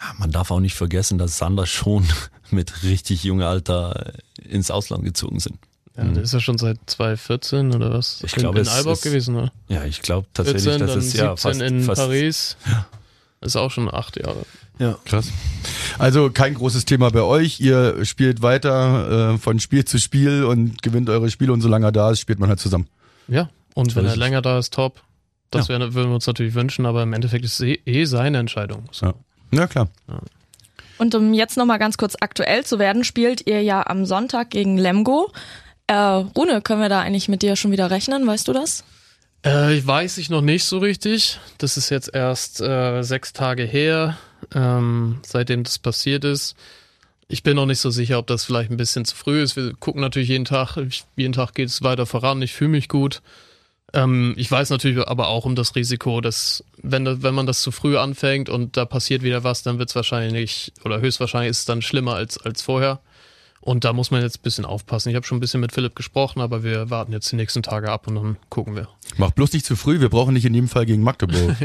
C: ja, man darf auch nicht vergessen, dass Sander schon mit richtig jungem Alter ins Ausland gezogen sind.
E: Ja, der ist ja schon seit 2014 oder was?
C: Mhm. Ich
E: in,
C: glaube,
E: in
C: es
E: Aalborg
C: ist-
E: gewesen, oder?
C: Ja, ich glaube
E: 14,
C: tatsächlich, dass
E: dann
C: es
E: 17
C: ja fast,
E: in
C: fast
E: Paris. Ist auch schon acht Jahre.
C: Ja.
B: Krass. Also kein großes Thema bei euch. Ihr spielt weiter äh, von Spiel zu Spiel und gewinnt eure Spiele und solange er da ist, spielt man halt zusammen.
E: Ja, und wenn er
C: ist-
E: länger da ist, top. Das wär, würden wir uns natürlich wünschen, aber im Endeffekt ist es eh, eh seine Entscheidung. So.
B: Ja. Na klar.
D: Und um jetzt nochmal ganz kurz aktuell zu werden, spielt ihr ja am Sonntag gegen Lemgo. Äh, Rune, können wir da eigentlich mit dir schon wieder rechnen? Weißt du das?
E: Äh, ich weiß ich noch nicht so richtig. Das ist jetzt erst äh, sechs Tage her, ähm, seitdem das passiert ist. Ich bin noch nicht so sicher, ob das vielleicht ein bisschen zu früh ist. Wir gucken natürlich jeden Tag, ich, jeden Tag geht es weiter voran. Ich fühle mich gut. Ähm, ich weiß natürlich aber auch um das Risiko, dass wenn, das- wenn man das zu früh anfängt und da passiert wieder was, dann wird es wahrscheinlich oder höchstwahrscheinlich ist es dann schlimmer als, als vorher. Und da muss man jetzt ein bisschen aufpassen. Ich habe schon ein bisschen mit Philipp gesprochen, aber wir warten jetzt die nächsten Tage ab und dann gucken wir.
B: Mach bloß nicht zu früh, wir brauchen dich in jedem Fall gegen Magdeburg.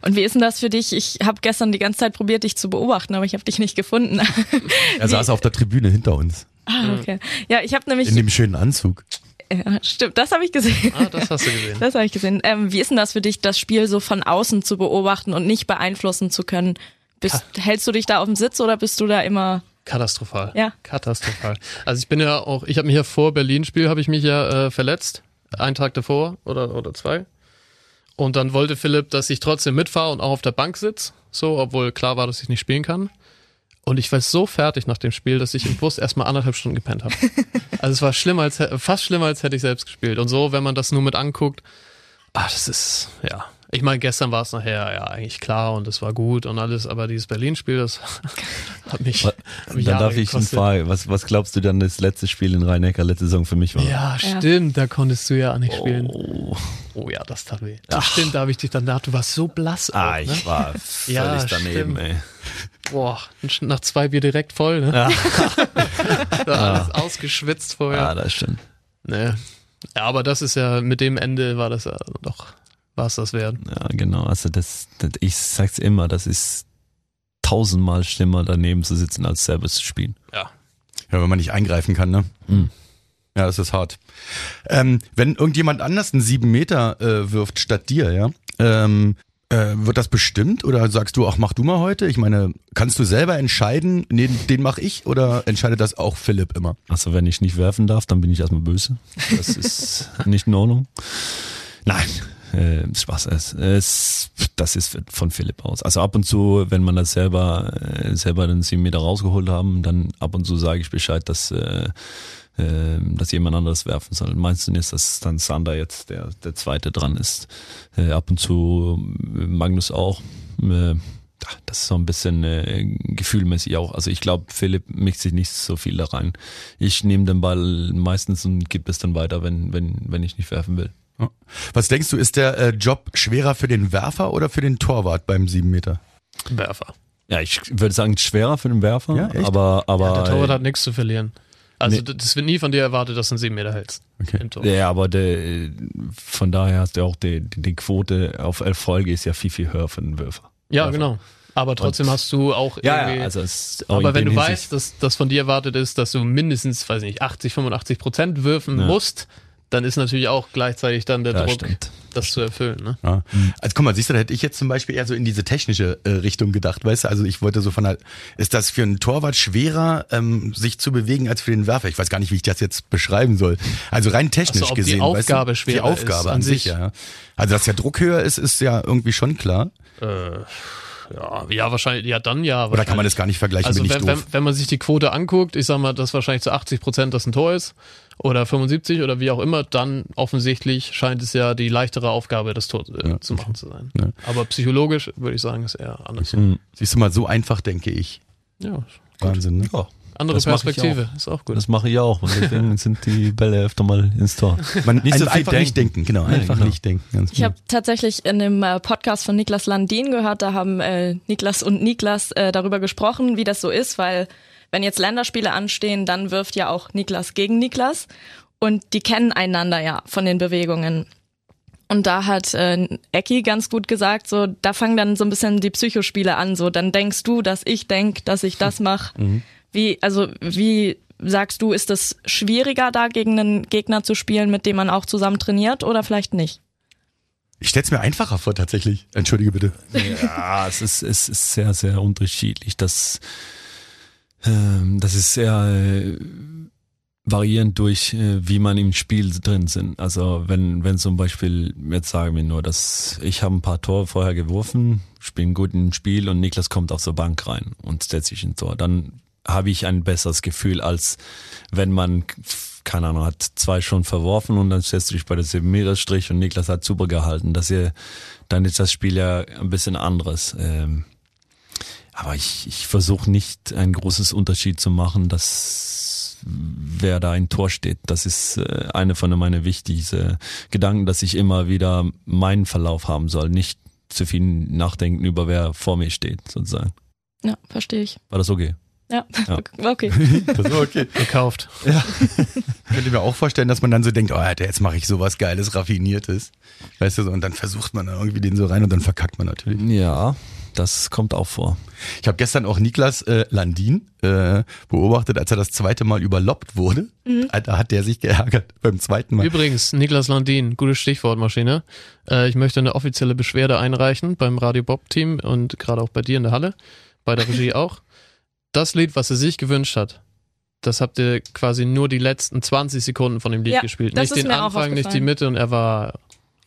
D: Und wie ist denn das für dich? Ich habe gestern die ganze Zeit probiert, dich zu beobachten, aber ich habe dich nicht gefunden.
B: Er saß auf der Tribüne hinter uns.
D: ah, okay. Ja, ich habe nämlich.
B: In dem schönen Anzug.
D: Ja, stimmt, das habe ich gesehen.
E: Ah, das hast du gesehen.
D: Das habe ich gesehen. Ähm, wie ist denn das für dich, das Spiel so von außen zu beobachten und nicht beeinflussen zu können? Bist, hältst du dich da auf dem Sitz oder bist du da immer?
E: Katastrophal.
D: Ja.
E: Katastrophal. Also ich bin ja auch, ich habe mich ja vor Berlin-Spiel, habe ich mich ja äh, verletzt. Einen Tag davor oder, oder zwei. Und dann wollte Philipp, dass ich trotzdem mitfahre und auch auf der Bank sitze. So, obwohl klar war, dass ich nicht spielen kann. Und ich war so fertig nach dem Spiel, dass ich im Bus erstmal anderthalb Stunden gepennt habe. Also es war schlimmer als, hä- fast schlimmer, als hätte ich selbst gespielt. Und so, wenn man das nur mit anguckt, ah, das ist, ja. Ich meine, gestern war es nachher ja eigentlich klar und es war gut und alles, aber dieses Berlin-Spiel, das hat mich. hat mich
C: Dann
E: Jahre
C: darf ich ihn
E: gekostet.
C: fragen, was, was glaubst du dann das letzte Spiel in Rhein-Neckar letzte Saison für mich war?
E: Ja,
D: Ja.
E: stimmt, da konntest du ja auch nicht spielen. Oh,
C: Oh,
E: ja, das tat weh. Stimmt, da habe ich dich danach, du warst so blass. auch,
C: ah,
E: ne?
C: ich war völlig
E: Ja,
C: daneben,
E: stimmt.
C: ey.
E: Boah, und nach zwei Bier direkt voll, ne? da alles ausgeschwitzt vorher.
C: Ah, das stimmt.
E: Ne. Ja, aber das ist ja, mit dem Ende war das ja doch, war es das wert.
C: Ja, genau. Also das, das ich sag's immer, das ist tausendmal schlimmer daneben zu sitzen, als selber zu spielen.
E: Ja.
B: Ja, wenn man nicht eingreifen kann, ne?
C: Mhm.
B: Ja, das ist hart. Ähm, wenn irgendjemand anders einen sieben Meter äh, wirft statt dir, ja, ähm, äh, wird das bestimmt oder sagst du, ach, mach du mal heute? Ich meine, kannst du selber entscheiden, nee, den mach ich oder entscheidet das auch Philipp immer?
C: Also wenn ich nicht werfen darf, dann bin ich erstmal böse. Das ist nicht in Ordnung. Nein, äh, Spaß. Es, es, das ist von Philipp aus. Also ab und zu, wenn man das selber äh, selber den 7 Meter rausgeholt haben, dann ab und zu sage ich Bescheid, dass äh, äh, dass jemand anderes werfen soll. Meistens ist das dann Sander jetzt, der der zweite dran ist. Äh, ab und zu äh, Magnus auch. Äh, das ist so ein bisschen äh, gefühlmäßig auch. Also ich glaube, Philipp mixt sich nicht so viel da rein. Ich nehme den Ball meistens und gebe es dann weiter, wenn, wenn, wenn ich nicht werfen will.
B: Ja. Was denkst du, ist der äh, Job schwerer für den Werfer oder für den Torwart beim sieben Meter?
E: Werfer.
C: Ja, ich würde sagen, schwerer für den Werfer,
B: Ja, echt?
C: aber, aber,
E: Der Torwart hat nichts zu verlieren. Also,
C: Ah, Nee.
E: d- das wird nie von dir erwartet, dass du einen 7 Meter hältst.
B: Okay.
E: Im Tor.
C: äh, ja, aber der, von daher hast du auch die, die, die Quote auf Erfolge ist ja viel, viel höher für den Werfer.
E: Ja, genau. Aber trotzdem hast du auch irgendwie.
C: es ist auch also in
E: aber wenn
C: dem
E: du weißt,
C: Hinsicht-
E: dass das von dir erwartet ist, dass du mindestens, weiß nicht, 80, 85 Prozent würfen
C: Ja.
E: musst, dann ist natürlich auch gleichzeitig dann der
C: Ja,
E: Druck,
C: stimmt.
E: das zu erfüllen. Ne?
B: Ja. Also guck mal, siehst du, da hätte ich jetzt zum Beispiel eher so in diese technische äh, Richtung gedacht, weißt du? Also ich wollte so von der, ist das für einen Torwart schwerer, ähm, sich zu bewegen als für den Werfer? Ich weiß gar nicht, wie ich das jetzt beschreiben soll. Also rein technisch
E: Ach so, ob die
B: gesehen,
E: Aufgabe
B: weißt du, die
E: schwerer ist
B: Aufgabe
E: an
B: an sich,
E: sich.
B: ja. Also dass der Druck höher ist, ist ja irgendwie schon klar.
E: Ja, Ah, ja, wahrscheinlich, ja, dann ja.
B: Oder kann man
E: wahrscheinlich.
B: das gar nicht vergleichen?
E: Also
B: bin ich
E: wenn, wenn,
B: doof.
E: wenn man sich die Quote anguckt, ich sag mal, dass wahrscheinlich zu 80 Prozent das ein Tor ist oder 75 oder wie auch immer, dann offensichtlich scheint es ja die leichtere Aufgabe, das Tor äh, zu machen zu sein.
B: Ja.
E: Aber psychologisch würde ich sagen, ist eher anders.
B: siehst du mal, so einfach denke ich.
E: Ja,
B: Wahnsinn. Ne?
C: ja,
E: andere
C: Das mach ich
E: Perspektive ist auch gut.
C: das mache ich auch. Und deswegen sind die Bälle öfter mal ins Tor.
B: Man
C: Nicht so viel
B: einfach nicht denken, genau, einfach
C: genau.
B: nicht denken. Ganz
D: Ich habe tatsächlich in dem äh, Podcast von Niklas Landin gehört, da haben äh, Niklas und Niklas äh, darüber gesprochen, wie das so ist, weil wenn jetzt Länderspiele anstehen, dann wirft ja auch Niklas gegen Niklas und die kennen einander ja von den Bewegungen. Und da hat äh, Ecki ganz gut gesagt, so da fangen dann so ein bisschen die Psychospiele an, so dann denkst du, dass ich denk, dass ich das mache. Wie also wie sagst du, ist es schwieriger da gegen einen Gegner zu spielen, mit dem man auch zusammen trainiert oder vielleicht nicht?
B: Ich stell's mir einfacher vor, tatsächlich. Entschuldige bitte.
C: Ja, es ist, es ist sehr, sehr unterschiedlich. Das, ähm, das ist sehr, äh, variierend durch, äh, wie man im Spiel drin sind. Also wenn, wenn zum Beispiel, jetzt sagen wir nur, dass ich habe ein paar Tore vorher geworfen, spielen gut im Spiel und Niklas kommt auf der Bank rein und setzt sich ins Tor, dann habe ich ein besseres Gefühl, als wenn man, keine Ahnung, hat zwei schon verworfen und dann setzt du dich bei der Semirerstrich und Niklas hat super gehalten. Das hier, dann ist das Spiel ja ein bisschen anderes. Ähm, aber ich, ich versuche nicht ein großes Unterschied zu machen, dass wer da ein Tor steht. Das ist äh, eine von meinen wichtigsten Gedanken, dass ich immer wieder meinen Verlauf haben soll, nicht zu viel nachdenken über wer vor mir steht, sozusagen.
D: Ja, verstehe ich.
C: War das okay?
D: Ja,
C: Ja.
D: okay.
B: Das war okay.
E: Gekauft.
B: könnte mir auch vorstellen, dass man dann so denkt, oh, Alter, jetzt mache ich sowas Geiles, Raffiniertes. Weißt du, so, und dann versucht man da irgendwie den so rein und dann verkackt man natürlich.
C: Ja, das kommt auch vor.
B: Ich habe gestern auch Niklas äh, Landin äh, beobachtet, als er das zweite Mal überloppt wurde. Da hat der sich geärgert beim zweiten Mal.
E: Übrigens, Niklas Landin, gutes Stichwort, Maschine. Äh, ich möchte eine offizielle Beschwerde einreichen beim Radio Bob Team und gerade auch bei dir in der Halle, bei der Regie auch. Das Lied, was er sich gewünscht hat, das habt ihr quasi nur die letzten 20 Sekunden von dem Lied
D: Ja,
E: gespielt.
D: das
E: Nicht
D: ist
E: den
D: mir auch
E: Anfang, nicht die
D: aufgefallen.
E: Mitte und er war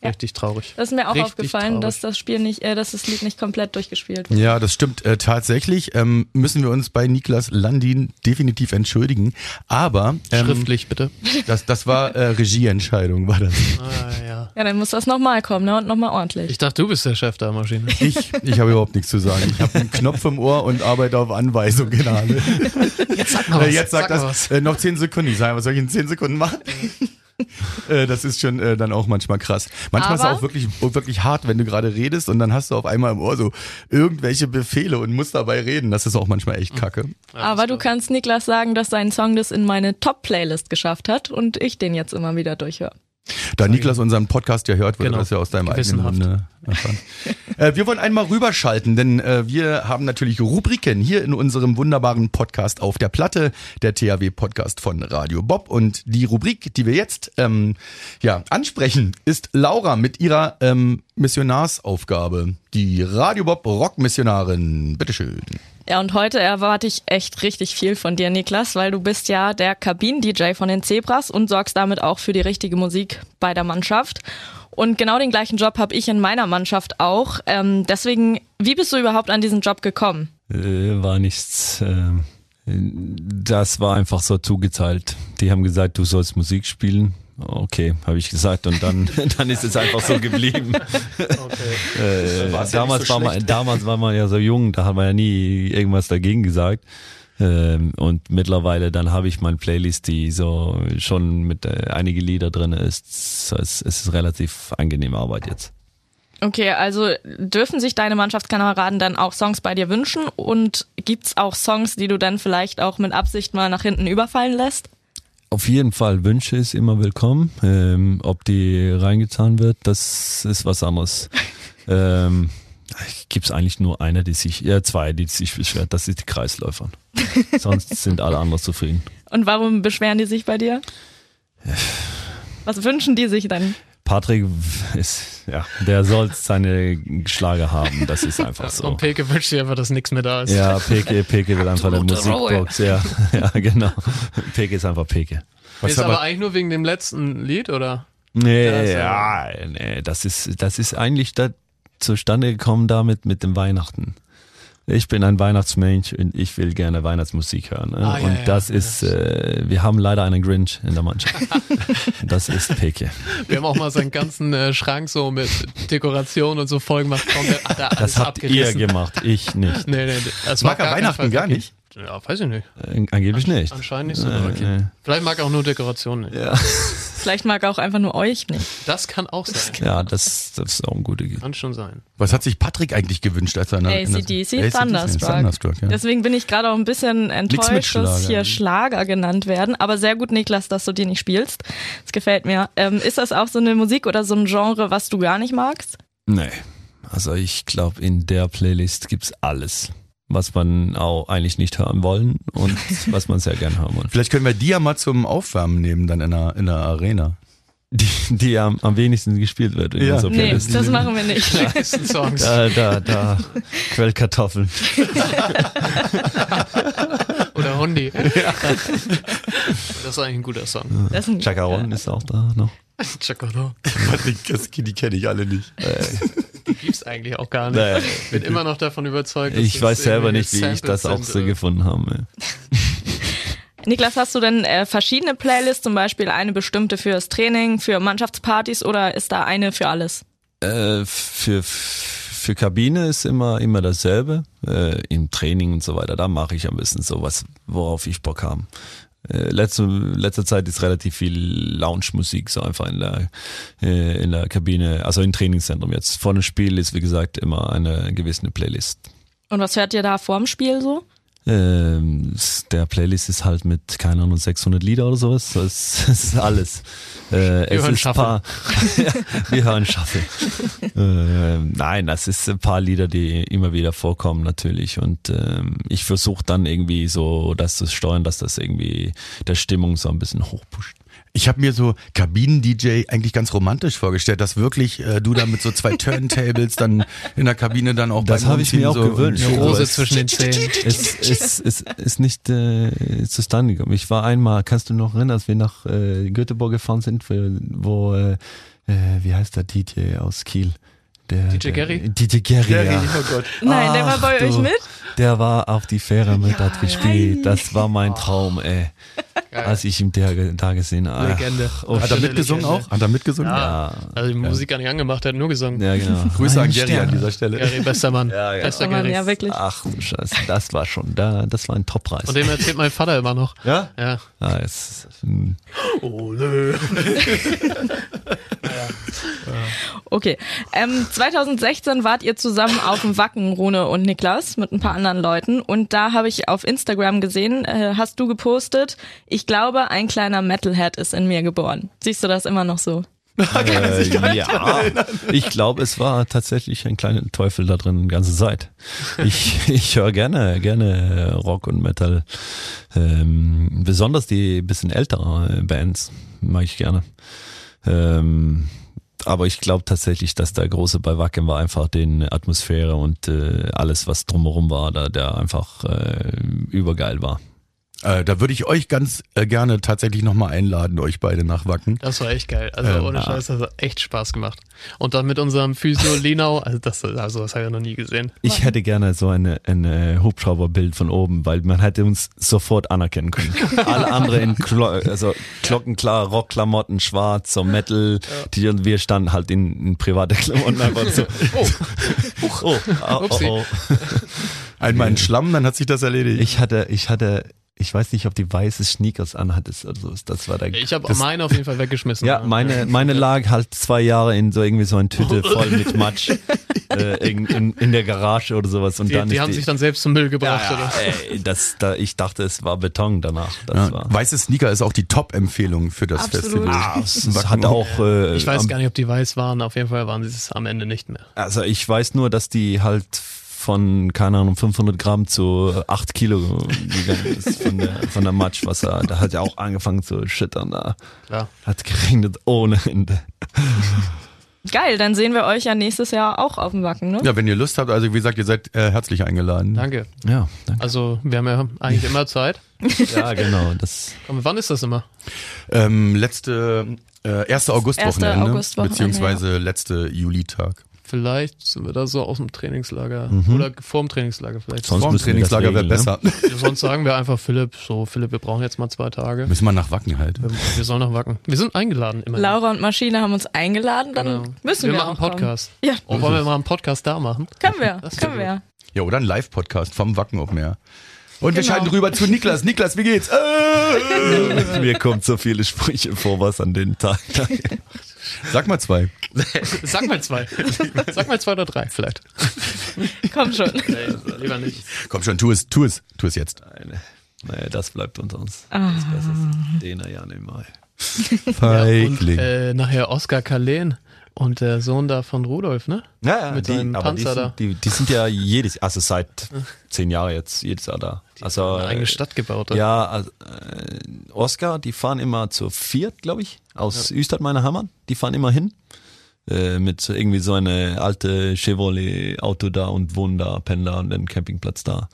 D: Ja.
E: richtig traurig.
D: Das ist mir auch
E: Richtig
D: aufgefallen,
E: traurig.
D: dass das Spiel nicht, äh, dass das Lied nicht komplett durchgespielt wird.
B: Ja, das stimmt. Äh, tatsächlich ähm, müssen wir uns bei Niklas Landin definitiv entschuldigen. Aber ähm,
E: Schriftlich bitte.
B: das, das war äh, Regieentscheidung, war das.
E: Ah, ja.
D: Ja, dann muss das nochmal kommen, ne? Und nochmal ordentlich.
E: Ich dachte, du bist der Chef da, Maschine.
B: Ich, ich habe überhaupt nichts zu sagen. Ich habe einen Knopf im Ohr und arbeite auf Anweisung gerade.
E: Jetzt sag
B: Äh, jetzt sagt
E: mal
B: das äh, noch 10 Sekunden. Ich sage, was soll ich in 10 Sekunden machen? Äh, das ist schon äh, dann auch manchmal krass. Manchmal ist es
D: Aber-
B: auch wirklich, wirklich hart, wenn du gerade redest und dann hast du auf einmal im Ohr so irgendwelche Befehle und musst dabei reden. Das ist auch manchmal
E: Mhm.
B: echt kacke.
D: Aber du kannst Niklas sagen, dass sein Song das in meine Top-Playlist geschafft hat und ich den jetzt immer wieder durchhöre.
B: Da Niklas unseren Podcast ja hört, würde
E: Genau.
B: das ja aus deinem eigenen
E: Gewissenhaft.
B: Munde erfahren. äh, wir wollen einmal rüberschalten, denn äh, wir haben natürlich Rubriken hier in unserem wunderbaren Podcast auf der Platte, der THW-Podcast von Radio Bob. Und die Rubrik, die wir jetzt ähm, ja, ansprechen, ist Laura mit ihrer ähm, Missionarsaufgabe. Die Radio Bob Rockmissionarin. Bitteschön.
D: Ja, und heute erwarte ich echt richtig viel von dir, Niklas, weil du bist ja der Kabinen-DJ von den Zebras und sorgst damit auch für die richtige Musik bei der Mannschaft. Und genau den gleichen Job habe ich in meiner Mannschaft auch. Ähm, deswegen, wie bist du überhaupt an diesen Job gekommen?
C: Äh, war nichts. ähm, das war einfach so zugeteilt. Die haben gesagt, du sollst Musik spielen. Okay, habe ich gesagt und dann, dann ist es einfach so geblieben. Äh,
B: War's ja
C: damals,
B: nicht so
C: war man,
B: schlecht.
C: damals war man ja so jung, da hat man ja nie irgendwas dagegen gesagt. Ähm, und mittlerweile dann habe ich meine Playlist, die so schon mit äh, einige Lieder drin ist. So, Es, es ist relativ angenehme Arbeit jetzt.
D: Okay, also dürfen sich deine Mannschaftskameraden dann auch Songs bei dir wünschen und gibt's auch Songs, die du dann vielleicht auch mit Absicht mal nach hinten überfallen lässt?
C: Auf jeden Fall Wünsche ist immer willkommen. Ähm, ob die reingetan wird, das ist was anderes. ähm, Gibt es eigentlich nur eine, die sich, ja zwei, die sich beschwert, das ist die Kreisläufern. Sonst sind alle anderen zufrieden.
D: Und warum beschweren die sich bei dir? Was wünschen die sich dann?
C: Patrick ist, ja, der soll seine Schlager haben, das ist einfach so.
E: Und Peke wünscht dir einfach, dass nichts mehr da ist.
C: Ja, Peke, Peke will einfach eine
D: Absolute Ruhe.
C: Musikbox, ja, ja, genau. Peke ist einfach Peke.
E: ist aber eigentlich nur wegen dem letzten Lied, oder?
C: Nee,
E: Das, äh,
C: ja, nee, das ist, das ist eigentlich da zustande gekommen damit mit dem Weihnachten. Ich bin ein Weihnachtsmensch und ich will gerne Weihnachtsmusik hören. ne?
E: Ah, ja,
C: und
E: ja,
C: das
E: ja.
C: ist, äh, wir haben leider einen Grinch in der Mannschaft. das ist Peke.
E: Wir haben auch mal seinen ganzen äh, Schrank so mit Dekoration und so voll gemacht. Komm, der, hat er alles
C: Das habt ihr
E: abgerissen.
C: gemacht, ich nicht.
E: Nee, nee, das
B: Mag er Weihnachten gar nicht?
E: Ja, weiß ich nicht.
C: Äh, Angeblich nicht.
E: Anscheinend nicht so.
C: Äh,
E: okay. Vielleicht mag er auch nur Dekoration nicht.
D: Vielleicht mag er auch einfach nur euch nicht.
E: Das kann auch sein.
C: Ja, das, das ist auch ein guter Ge-
E: Kann schon sein.
B: Was hat sich Patrick eigentlich gewünscht, als er in der- in der-
D: ACDC,
B: AC/DC,
D: Thunderstruck.
B: Thunderstruck ja.
D: Deswegen bin ich gerade auch ein bisschen enttäuscht, dass
B: Schlager.
D: hier Schlager genannt werden. Aber sehr gut, Niklas, dass du die nicht spielst. Das gefällt mir. Ähm, ist das auch so eine Musik oder so ein Genre, was du gar nicht magst?
C: Nee. Also ich glaube, in der Playlist gibt's alles, was man auch eigentlich nicht hören wollen und was man sehr gerne hören will.
B: Vielleicht können wir die ja mal zum Aufwärmen nehmen, dann in der, in der Arena.
C: die, die am, am wenigsten gespielt wird in
B: Ja.
C: unserer
D: Nee,
C: Playlist.
D: das machen wir nicht.
E: Nächsten Songs.
C: Da, da, da. Quellkartoffeln.
E: Oder Hondi. Das ist eigentlich ein guter Song.
D: Das ist ein-
C: Chaka Ron ist auch da noch.
E: Chacolo.
B: Patrick, das, die kenne ich alle nicht.
E: Die gibt's eigentlich auch gar nicht.
C: Naja.
E: Ich bin immer noch davon überzeugt, dass
C: Äh, Ich
E: das
C: weiß selber
E: irgendwie
C: nicht, wie ich
E: Samples
C: das auch
E: sind,
C: so
E: oder?
C: gefunden habe.
D: Niklas, hast du denn äh, verschiedene Playlists, zum Beispiel eine bestimmte fürs Training, für Mannschaftspartys oder ist da eine für alles?
C: Äh, für, für Kabine ist immer, immer dasselbe. Äh, Im Training und so weiter, da mache ich am besten sowas, worauf ich Bock habe. Äh, letzte, letzter Zeit ist relativ viel Lounge-Musik, so einfach in der, äh, in der Kabine, also im Trainingszentrum jetzt. Vor dem Spiel ist, wie gesagt, immer eine gewisse Playlist.
D: Und was hört ihr da vorm Spiel so?
C: Ähm, s- der Playlist ist halt mit, keine Ahnung, 600 Lieder oder sowas. So, Es, es ist alles. Äh, es
E: hören
C: ist
E: Shuffle.
C: paar, ja, wir hören Shuffle. ähm, nein, das ist ein paar Lieder, die immer wieder vorkommen natürlich. Und ähm, ich versuche dann irgendwie so das zu steuern, dass das irgendwie der Stimmung so ein bisschen hochpusht.
B: Ich habe mir so Kabinen-DJ eigentlich ganz romantisch vorgestellt, dass wirklich äh, du da mit so zwei Turntables dann in der Kabine dann auch
C: Das
B: beim
C: hab ich mir
B: Umziehen
C: auch gewünscht.
B: und-
E: Eine Rose
C: Also,
E: zwischen den Zähnen.
C: Es ist, ist, ist nicht äh, zustande gekommen. Ich war einmal, kannst du noch erinnern, als wir nach äh, Göteborg gefahren sind, wo, äh, äh, wie heißt der DJ aus Kiel? Der,
E: DJ
C: der-
E: Gary?
C: DJ Gary,
B: Gary,
C: ja.
E: genau.
B: oh Gott.
D: Nein, der war bei
C: Ach,
D: euch
C: du.
D: mit?
C: Der war auf die Fähre mit, hat gespielt. Das war mein Traum, ey.
E: Geil.
C: Als ich ihn da, ge- da gesehen habe.
E: Legende.
C: Oh,
B: Hat er
E: Schöne
B: mitgesungen
E: Legende.
B: auch? Hat er mitgesungen?
E: Ja. Also die Musik gar nicht angemacht, er hat nur gesungen.
C: ja, genau.
B: Grüße an
C: Ein
B: Gary
C: Stern.
B: an dieser Stelle.
E: Gary, bester Mann.
C: Ja, ja. Ah.
E: Bester
D: Oh Mann,
E: Gary.
D: ja, wirklich.
C: Ach du Scheiße, das war schon, da, das war ein Top-Preis.
E: Und dem erzählt mein Vater immer noch.
C: Ja?
E: Ja.
C: Ah, es, hm.
D: Okay. Ähm, 2016 wart ihr zusammen auf dem Wacken, Rune und Niklas, mit ein paar anderen Leuten. Und da habe ich auf Instagram gesehen, äh, hast du gepostet, ich glaube, ein kleiner Metalhead ist in mir geboren. Siehst du das immer noch so?
C: Äh, ja, ich glaube, es war tatsächlich ein kleiner Teufel da drin die ganze Zeit. Ich, ich höre gerne, gerne äh, Rock und Metal. Ähm, besonders die bisschen älteren äh, Bands mag ich gerne. Ähm, aber ich glaube tatsächlich, dass der große bei Wacken war einfach den Atmosphäre und äh, alles, was drumherum war, da, der einfach äh, übergeil war.
B: Äh, da würde ich euch ganz äh, gerne tatsächlich nochmal einladen, euch beide nach Wacken.
E: Das war echt geil. Also
B: Ähm,
E: ohne
B: ah.
E: Scheiß, das hat echt Spaß gemacht. Und dann mit unserem Physio Lenau, also das, also das habe ich noch nie gesehen.
C: Ich hätte gerne so eine, ein äh, Hubschrauberbild von oben, weil man hätte uns sofort anerkennen können. Alle andere in Klo also glockenklar, Rockklamotten, schwarz, so Metal, die und wir standen halt in, in private Klamotten einfach so.
E: Oh.
C: Oh, oh, oh,
E: Upsi.
C: oh.
B: Einmal in Schlamm, dann hat sich das erledigt.
C: Ich hatte, ich hatte, ich weiß nicht, ob die weiße Sneakers anhattest oder so. Das war der
E: Ich habe
C: das-
E: meine auf jeden Fall weggeschmissen.
C: Ja, meine, meine lag halt zwei Jahre in so irgendwie so eine Tüte voll mit Matsch äh, in, in, in der Garage oder sowas. Und
E: Die,
C: dann
E: die
C: ist
E: haben sich dann selbst zum Müll gebracht.
C: Ja,
E: Oder?
C: ey, das, da, ich dachte, es war Beton danach. Das
B: ja.
C: war.
B: Weiße Sneaker ist auch die Top-Empfehlung für das
D: Absolut.
B: Festival.
D: Ah,
C: Es hat auch, äh,
E: Ich weiß
C: am-
E: gar nicht, ob die weiß waren. Auf jeden Fall waren sie es am Ende nicht mehr.
C: also ich weiß nur, dass die halt von, keine Ahnung, 500 Gramm zu 8 Kilo gegangen ist von der, von der Matschwasser. Da hat ja auch angefangen zu schüttern. Da
E: Klar.
C: hat geregnet ohne Ende.
D: Geil, dann sehen wir euch ja nächstes Jahr auch auf dem Wacken, ne?
B: Ja, wenn ihr Lust habt, also wie gesagt, ihr seid äh, herzlich eingeladen.
E: Danke.
C: Ja, danke.
E: Also wir haben ja eigentlich immer Zeit.
C: Ja, genau. Das,
E: Aber wann ist das immer?
B: Ähm, letzte, äh, 1. August-Wochenende,
D: Augustwochenende,
B: beziehungsweise letzte Julitag.
E: Vielleicht sind wir da so aus dem Trainingslager oder vorm Trainingslager vielleicht.
C: Mhm. Sonst-
B: Vorm
C: müssen wir das
B: Trainingslager wäre
C: regeln, ne?
B: besser.
E: Sonst sagen wir einfach Philipp, so Philipp, wir brauchen jetzt mal zwei Tage.
B: Müssen wir nach Wacken halt.
E: Wir sollen noch wacken. Wir sind eingeladen immerhin.
D: Laura und Maschine haben uns eingeladen, dann
E: Genau.
D: müssen wir,
E: machen
D: auch kommen.
E: Podcast.
D: Ja,
E: Oh, wollen wir mal einen Podcast da machen?
D: können wir,
E: Das ist
D: können
E: ja
D: wir.
B: Ja, oder ein Live-Podcast vom Wacken auf Meer. Und wir
D: Genau.
B: schalten rüber zu Niklas. Niklas, wie geht's? Äh,
C: mir kommt so viele Sprüche vor, was an den Tag.
B: sag mal zwei.
E: Sag mal zwei. Sag mal zwei oder drei vielleicht.
D: Komm schon.
E: Nee, lieber nicht.
B: Komm schon, tu es, tu es, tu es jetzt.
C: Nein, naja, das bleibt unter uns. Das Beste ist, den er ja nicht mal.
E: Und
B: Feigling.
E: äh, nachher Oskar Kallen und der Sohn da von Rudolf, ne?
C: Ja,
E: Mit
C: die,
E: seinem
C: aber die
E: Panzer da.
C: sind, die, die sind ja jedes, also seit zehn Jahren jetzt jedes Jahr da. Also
E: Eine eigene Stadt gebaut.
C: äh,
E: oder?
C: Ja, also, äh, Oscar, die fahren immer zu viert, glaube ich, aus Üstad meiner Hammern. Die fahren immer hin äh, mit so irgendwie so eine alte Chevrolet Auto da und wohnen da, pennen da und einen Campingplatz da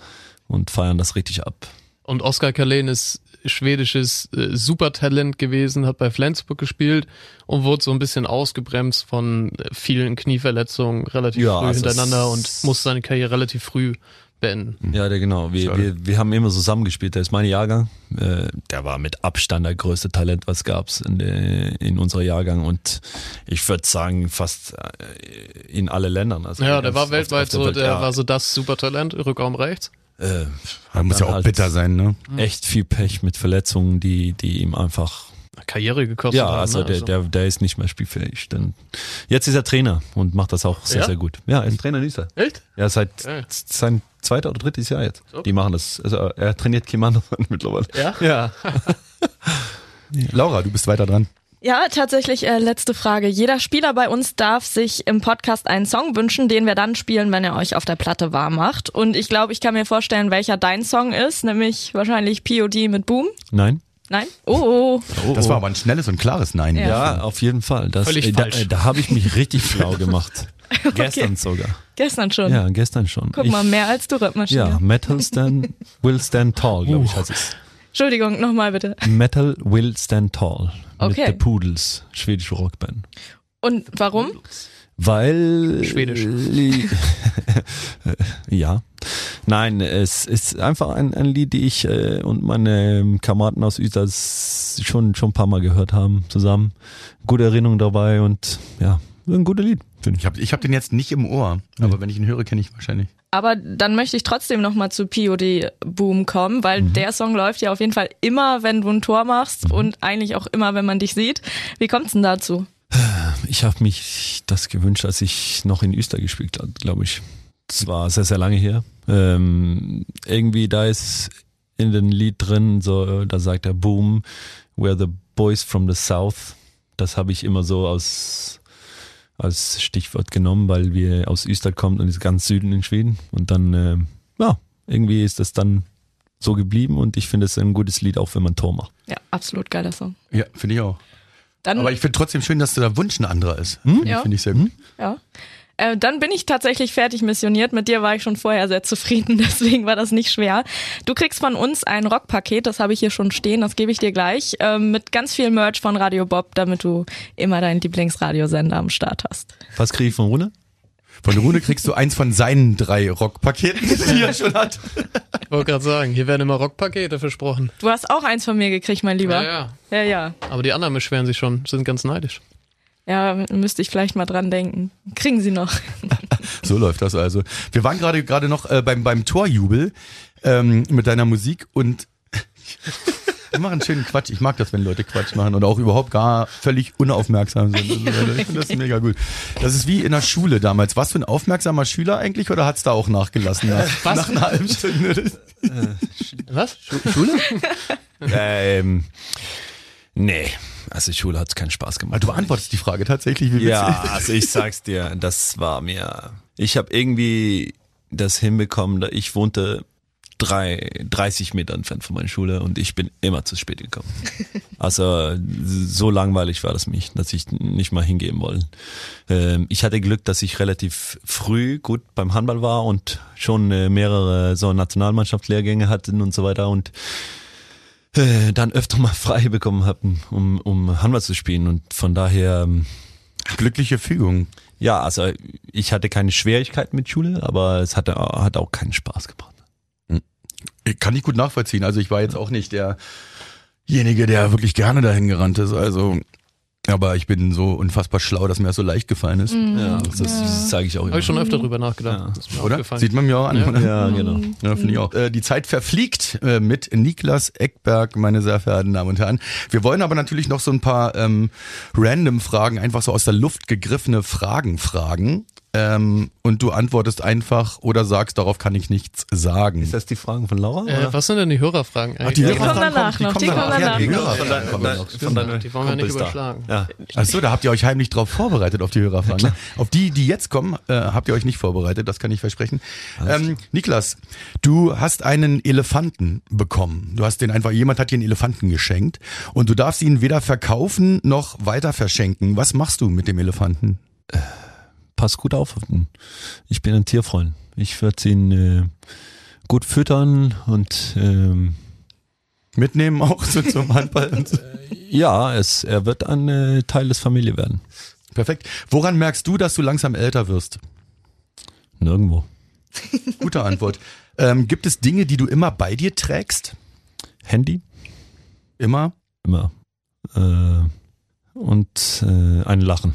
C: und feiern das richtig ab.
E: Und Oskar Kalén ist schwedisches äh, Supertalent gewesen, hat bei Flensburg gespielt und wurde so ein bisschen ausgebremst von äh, vielen Knieverletzungen relativ
C: Ja,
E: früh
C: also
E: hintereinander und
C: es-
E: musste seine Karriere relativ früh beenden.
C: Ja, der genau. Wir,
B: Schade.
C: wir, wir haben immer zusammengespielt. Der ist mein Jahrgang. Äh, der war mit Abstand der größte Talent, was gab's in, der- in unserer Jahrgang. Und ich würde sagen, fast äh, in alle Ländern. Also
E: Ja, der
C: ganz
E: war
C: auf-
E: weltweit
C: auf der
E: so,
C: Welt,
E: der
C: ja.
E: war so das Supertalent, Rückraum rechts.
C: Äh,
B: Das muss
C: dann
B: ja auch
C: halt
B: bitter sein, ne?
C: Echt viel Pech mit Verletzungen, die, die ihm einfach.
E: Karriere gekostet
C: Ja,
E: haben,
C: also
E: ne?
C: der, der, der ist nicht mehr spielfähig. Denn jetzt ist er Trainer und macht das auch sehr,
E: Ja?
C: sehr gut. Ja, er ist Trainer in Israel.
E: Echt?
C: Ja, seit
E: Geil.
C: sein zweiter oder drittes Jahr jetzt.
E: So.
C: Die machen das. Also er trainiert Kimano mittlerweile.
E: Ja?
C: Ja.
B: Laura, du bist weiter dran.
D: Ja, tatsächlich äh, letzte Frage. Jeder Spieler bei uns darf sich im Podcast einen Song wünschen, den wir dann spielen, wenn er euch auf der Platte warm macht. Und ich glaube, ich kann mir vorstellen, welcher dein Song ist, nämlich wahrscheinlich POD mit Boom.
C: Nein?
D: Nein? Oh, oh, oh.
B: Das war aber ein schnelles und klares Nein.
D: Ja.
C: Ja, auf jeden Fall. Das,
E: Völlig
C: äh, da
E: falsch.
C: äh, da habe ich mich richtig flau gemacht. Gestern sogar.
D: gestern schon.
C: Ja, gestern schon.
D: Guck
C: ich,
D: mal, mehr als du Rhythmmaschine.
C: Ja, Metal stand, will stand tall, glaube
B: Uh.
C: ich, heißt es.
D: Entschuldigung, nochmal bitte.
C: Metal will stand tall.
D: Okay.
C: Mit The Poodles, schwedische Rockband.
D: Und warum?
C: Weil.
E: Schwedisch.
C: ja. Nein, es ist einfach ein, ein Lied, die ich äh, und meine Kameraden aus Israel schon, schon ein paar Mal gehört haben zusammen. Gute Erinnerung dabei und ja, ein gutes Lied, finde
B: Ich habe ich hab den jetzt nicht im Ohr, aber wenn ich ihn höre, kenne ich ihn wahrscheinlich.
D: Aber dann möchte ich trotzdem nochmal zu POD Boom kommen, weil
B: Mhm.
D: der Song läuft ja auf jeden Fall immer, wenn du ein Tor machst und eigentlich auch immer, wenn man dich sieht. Wie kommt's denn dazu?
C: Ich habe mich das gewünscht, als ich noch in Öster gespielt habe, glaube ich. Das war sehr, sehr lange her. Ähm, irgendwie da ist in dem Lied drin, so, da sagt er Boom, we're the boys from the south. Das habe ich immer so aus, als Stichwort genommen, weil wir aus Öster kommen und ist ganz Süden in Schweden. Und dann, ähm, ja, irgendwie ist das dann so geblieben und ich finde es ein gutes Lied, auch wenn man Tor macht.
D: Ja, absolut geiler Song.
B: Ja, finde ich auch.
D: Dann
B: Aber ich finde trotzdem schön, dass der Wunsch ein anderer ist. Finde
C: Hm?
D: Hm. Ja.
B: ich, find ich sehr gut.
D: Ja. Äh, dann bin ich tatsächlich fertig missioniert. Mit dir war ich schon vorher sehr zufrieden, deswegen war das nicht schwer. Du kriegst von uns ein Rockpaket, das habe ich hier schon stehen, das gebe ich dir gleich, ähm, mit ganz viel Merch von Radio Bob, damit du immer deinen Lieblingsradiosender am Start hast.
C: Was kriege ich von Rune?
B: Von Rune kriegst du eins von seinen drei Rockpaketen, die er schon hat.
E: Ich wollte gerade sagen, hier werden immer Rockpakete versprochen.
D: Du hast auch eins von mir gekriegt, mein Lieber.
E: ja.
D: ja. ja.
E: Aber die anderen beschweren sich schon, sind ganz neidisch.
D: Ja, müsste ich vielleicht mal dran denken. Kriegen sie noch.
B: So läuft das also. Wir waren gerade gerade noch äh, beim, beim Torjubel ähm, mit deiner Musik und wir machen schönen Quatsch. Ich mag das, wenn Leute Quatsch machen und auch überhaupt gar völlig unaufmerksam sind. und so weiter. Ich finde das mega gut. Das ist wie in der Schule damals. Warst du ein aufmerksamer Schüler eigentlich oder hat's da auch nachgelassen? Nach, nach einer halben Stunde.
E: Was?
C: Schule? ähm, nee, also Schule hat keinen Spaß gemacht.
B: Ah, Du beantwortest die Frage tatsächlich, wie
C: ja,
B: witzig.
C: also ich sag's dir, das war mir. Ich habe irgendwie das hinbekommen, da ich wohnte drei, 30 Meter entfernt von meiner Schule und ich bin immer zu spät gekommen. Also so langweilig war das mich, dass ich nicht mal hingeben wollte. Ähm, ich hatte Glück, dass ich relativ früh gut beim Handball war und schon äh, mehrere so Nationalmannschaftslehrgänge hatten und so weiter und äh, dann öfter mal frei bekommen hatten, um, um Handball zu spielen. Und von daher ähm,
B: Glückliche Fügung.
C: ja, also ich hatte keine Schwierigkeiten mit Schule, aber es hatte, hat auch keinen Spaß gebracht.
B: Ich kann ich gut nachvollziehen. Also ich war jetzt auch nicht derjenige, der wirklich gerne dahin gerannt ist. Also, aber ich bin so unfassbar schlau, dass mir das so leicht gefallen ist.
D: Mhm.
C: Ja, das sage ich auch
E: Habe
C: immer.
E: Mhm. ich schon öfter drüber nachgedacht. Das ist mir
B: Oder?
E: aufgefallen.
B: Sieht man mir auch an.
E: Ja.
B: oder?
C: Ja, genau.
B: Ja, finde ich
D: Mhm.
B: auch. Äh, die Zeit verfliegt äh, mit Niklas Eckberg, meine sehr verehrten Damen und Herren. Wir wollen aber natürlich noch so ein paar ähm, random Fragen, einfach so aus der Luft gegriffene Fragen fragen. Ähm, und du antwortest einfach oder sagst, darauf kann ich nichts sagen.
C: Ist das die Frage von Laura?
E: äh, was sind denn die Hörerfragen eigentlich?
D: Die kommen danach noch, die kommen danach
B: Ja, die
D: noch.
B: Hörerfragen kommen noch.
C: von deiner
E: Die wollen wir nicht
C: Kumpels da.
E: überschlagen.
C: Ja.
B: Achso, da habt ihr euch heimlich drauf vorbereitet auf die Hörerfragen. ne? auf die, die jetzt kommen, äh, habt ihr euch nicht vorbereitet, das kann ich versprechen. Ähm, Niklas, du hast einen Elefanten bekommen. Du hast den einfach, jemand hat dir einen Elefanten geschenkt und du darfst ihn weder verkaufen noch weiter verschenken. Was machst du mit dem Elefanten?
C: Pass gut auf. auf ihn. Ich bin ein Tierfreund. Ich werde ihn äh, gut füttern und ähm,
B: mitnehmen auch so zum Handball? und so?
C: Ja, es, er wird ein äh, Teil des Familie werden.
B: Perfekt. Woran merkst du, dass du langsam älter wirst?
C: Nirgendwo.
B: Gute Antwort. Ähm, gibt es Dinge, die du immer bei dir trägst?
C: Handy?
B: Immer?
C: Immer. Äh, und äh, ein Lachen.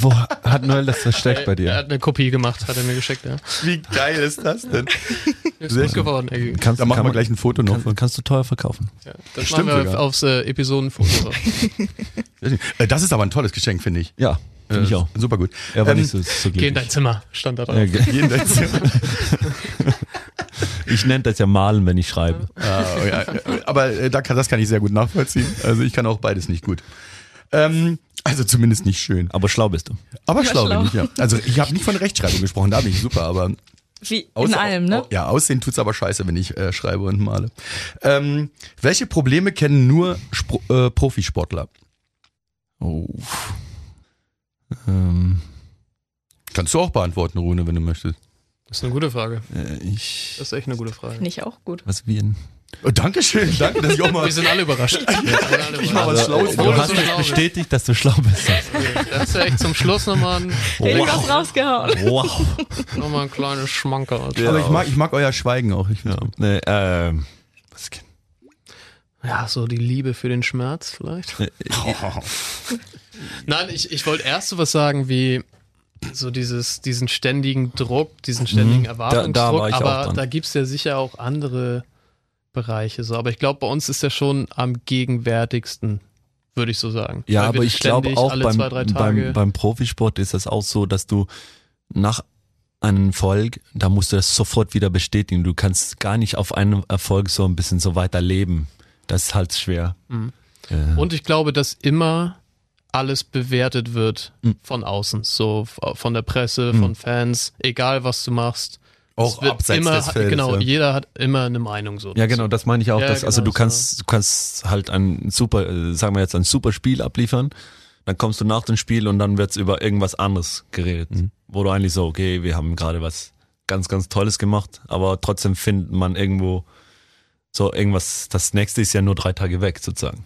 F: Wo hat Noel das versteckt bei
E: Er
F: dir?
E: hat eine Kopie gemacht, hat er mir geschickt, ja.
B: Wie geil ist das denn?
E: Ist gut geworden, ey.
C: Kannst,
B: Da machen
C: kann
B: wir
C: man-
B: gleich ein Foto noch.
C: Kann, kannst du teuer verkaufen.
E: Ja, das
B: Stimmt
E: machen wir
B: sogar.
E: auf- aufs äh, Episodenfoto.
B: Äh, Das ist aber ein tolles Geschenk, finde ich.
C: Ja, finde ich
B: Äh,
C: auch.
B: Super gut.
C: Er war
B: Ähm,
C: nicht so, so
E: Geh in
C: glücklich.
E: dein Zimmer, stand da drauf.
C: Ja, ge-
B: jeden Dank.
C: Ich nenne das ja malen, wenn ich schreibe.
B: Ah, ja, äh, aber äh, da kann, das kann ich sehr gut nachvollziehen. Also ich kann auch beides nicht gut. Ähm, also zumindest nicht schön.
C: Aber schlau bist du.
B: Aber schlau,
D: schlau.
B: bin ich, ja. Also ich habe nicht von Rechtschreibung gesprochen, da bin ich super, aber
D: Wie in
B: Außer-
D: allem, ne?
B: Ja, aussehen tut's aber scheiße, wenn ich äh, schreibe und male. Ähm, welche Probleme kennen nur Spro äh, Profisportler?
C: Oh. Ähm,
B: Kannst du auch beantworten, Rune, wenn du möchtest.
E: Das ist eine gute Frage.
C: äh, ich.
E: Das ist echt eine gute Frage.
D: Nicht auch gut.
C: Was wir denn?
B: Oh, Dankeschön, danke, dass ich auch mal.
E: Wir sind alle überrascht.
B: Ich mach was Schlaues.
E: Obwohl
C: Du
E: es
C: hast
E: so
C: mich
E: schlau ist.
C: bestätigt, dass du schlau bist.
E: Da hast du echt zum Schluss nochmal ein,
C: Oh.
D: Richtig was rausgehauen.
C: Wow.
E: noch mal ein kleines Schmankerl.
B: Aber ich mag, ich mag euer Schweigen auch. Ich,
C: Ja, nee, ähm, was kenn-
E: Ja, so die Liebe für den Schmerz vielleicht.
C: Äh,
E: Nein, ich, ich wollte erst so was sagen wie so dieses, diesen ständigen Druck, diesen ständigen Erwartungsdruck,
C: Mhm. war ich auch
E: aber
C: dran.
E: da gibt's ja sicher auch andere Bereiche so. Aber ich glaube, bei uns ist er schon am gegenwärtigsten, würde ich so sagen.
C: ja
E: Weil wir
C: aber ich glaube
E: ständig
C: auch
E: alle
C: beim,
E: zwei, drei Tage
C: beim, beim Profisport ist das auch so, dass du nach einem Erfolg, da musst du das sofort wieder bestätigen. Du kannst gar nicht auf einen Erfolg so ein bisschen so weiterleben. Das ist halt schwer.
E: Mhm.
C: Äh,
E: Und ich glaube, dass immer alles bewertet wird
C: Mhm.
E: von außen, so f- von der Presse, von Fans, egal was du machst.
B: auch
E: Es wird
B: abseits
E: immer,
B: des Feldes.
E: Genau,
B: ja.
E: jeder hat immer eine Meinung so.
C: Ja,
E: dazu.
C: genau, das meine ich auch.
E: Ja,
C: dass, also
E: genau,
C: du kannst, du kannst halt ein super, äh, sagen wir jetzt ein super Spiel abliefern. Dann kommst du nach dem Spiel und dann wird's über irgendwas anderes geredet.
B: Mhm.
C: Wo du eigentlich so, okay, wir haben gerade was ganz, ganz Tolles gemacht, aber trotzdem findet man irgendwo so irgendwas, das nächste ist ja nur drei Tage weg sozusagen.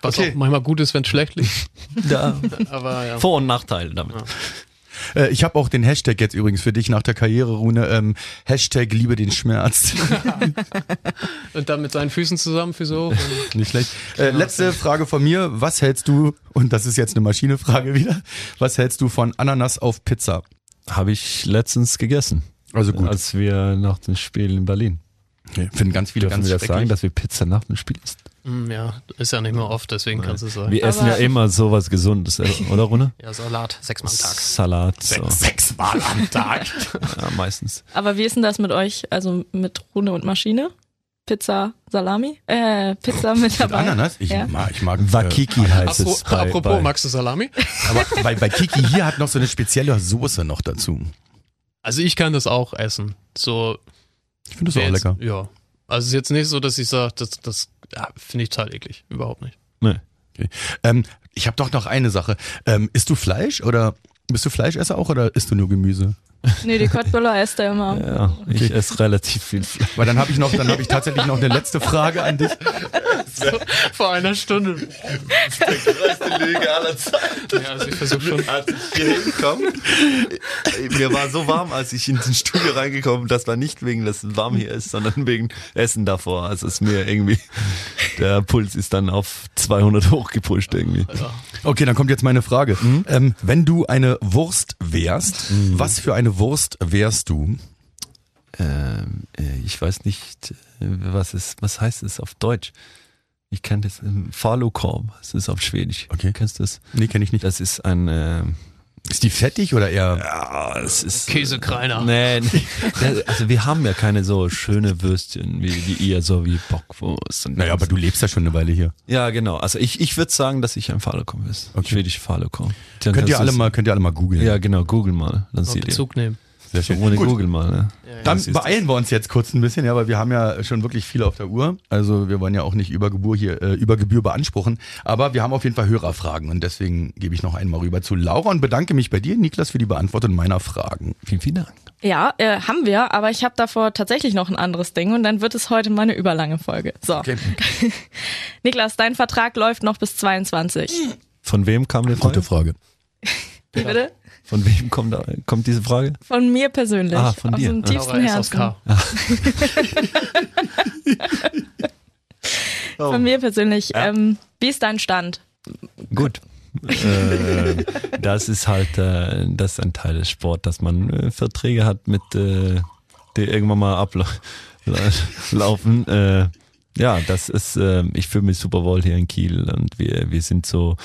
E: Was
B: Okay.
E: auch manchmal gut ist, wenn schlecht liegt.
C: Da.
E: Aber ja.
C: Vor- und Nachteile damit.
B: Äh, ich habe auch den Hashtag jetzt übrigens für dich nach der Karriere, Rune. Ähm, Hashtag liebe den Schmerz.
E: Und dann mit seinen Füßen zusammen, für so.
B: Nicht schlecht. Äh, letzte Frage von mir. Was hältst du, und das ist jetzt eine Maschinefrage wieder, was hältst du von Ananas auf Pizza?
C: Habe ich letztens gegessen,
B: Also gut,
C: als wir nach dem Spiel in Berlin.
B: okay. finden ganz viele
F: Dürfen
B: ganz
F: wir das sagen,
B: schrecklich.
F: dass wir Pizza nach dem Spiel essen?
E: Hm, ja, ist ja nicht mehr oft, deswegen kannst du es sagen.
C: Wir essen ja
D: Aber-
C: immer sowas Gesundes, äh, oder Rune?
E: Ja, Salat, sechsmal am Tag.
C: Salat. So.
B: Sechsmal am Tag.
C: Ja, meistens.
D: Aber wie ist denn das mit euch? Also mit Rune und Maschine? Pizza, Salami? Äh, Pizza mit
B: Mit
D: dabei.
B: Ananas? Ich
D: Ja.
B: mag, ich mag
C: Wakiki
F: Äh,
C: heißt es.
E: Apropos,
C: Bei,
E: apropos
C: bei,
E: magst du Salami?
B: Äh, aber bei, bei Kiki hier hat noch so eine spezielle Soße noch dazu.
E: Also ich kann das auch essen. So,
B: Ich finde das auch
E: jetzt,
B: lecker.
E: Ja. Also es ist jetzt nicht so, dass ich sage, das, das ja, finde ich total eklig. Überhaupt nicht.
C: Nee.
B: Ähm, ich habe doch noch eine Sache. Ähm, isst du Fleisch oder bist du Fleischesser auch oder isst du nur Gemüse?
D: Nee, die Kottböller isst er immer.
C: Ja, ich esse relativ viel Fleisch.
B: Weil dann habe ich noch, dann habe ich tatsächlich noch eine letzte Frage an dich.
E: So, vor einer Stunde. Ja, also ich versuche schon.
F: Als ich hier hinkomme, mir war so warm, als ich in den Studio reingekommen bin, das war nicht wegen, dass es warm hier ist, sondern wegen Essen davor. Also es ist mir irgendwie, der Puls ist dann auf 200 hochgepusht irgendwie.
B: Okay, dann kommt jetzt meine Frage. Ähm, wenn du eine Wurst wärst, was für eine Wurst wärst du?
C: Ähm, äh, ich weiß nicht, äh, was ist, was heißt es auf Deutsch? Ich kenne das, ähm, Falukorb, es ist auf Schwedisch.
B: Okay.
C: Kennst du das?
B: Nee, kenne ich nicht.
C: Das ist ein, ähm,
B: Ist die fettig oder eher?
F: Ja, es ist.
E: Käsekreiner.
F: Nee, nee.
C: Also wir haben ja keine so schöne Würstchen wie, wie ihr, so wie Bockwurst. Und
B: Naja, aber du lebst ja schon eine Weile hier.
C: Ja, genau. Also ich, ich würde sagen, dass ich ein Falukorn ist. Okay. Schwedische Falukorn. Dann
B: Könnt
C: kannst
B: ihr alle
C: du's-
B: mal, könnt ihr alle mal googeln.
C: Ja, genau, Google mal. Dann
E: Mal
C: seht ihr.
E: Bezug nehmen.
B: Sehr
C: So
B: schön.
C: ohne
B: Gut.
C: Google mal. Ne?
B: Dann beeilen wir uns jetzt kurz ein bisschen, ja, weil wir haben ja schon wirklich viel auf der Uhr. Also wir wollen ja auch nicht über Gebühr hier äh, über Gebühr beanspruchen, aber wir haben auf jeden Fall Hörerfragen und deswegen gebe ich noch einmal rüber zu Laura und bedanke mich bei dir, Niklas, für die Beantwortung meiner Fragen.
C: Vielen, vielen Dank.
D: Ja, äh, haben wir, aber ich habe davor tatsächlich noch ein anderes Ding und dann wird es heute mal eine überlange Folge. So. Niklas, dein Vertrag läuft noch bis 22.
C: Von wem kam der Frage?
B: Frage.
D: Wie bitte?
C: Von wem kommt, da, kommt diese Frage?
D: Von mir persönlich.
C: Ah, von
D: aus
C: dir.
D: dem
C: Ah.
D: tiefsten Herzen. Von mir persönlich. Ähm, wie ist dein Stand?
C: Gut. äh, das ist halt äh, das ist ein Teil des Sport, dass man äh, Verträge hat mit äh, die irgendwann mal ablaufen. Äh, ja, das ist, äh, ich fühle mich super wohl hier in Kiel und wir, wir sind so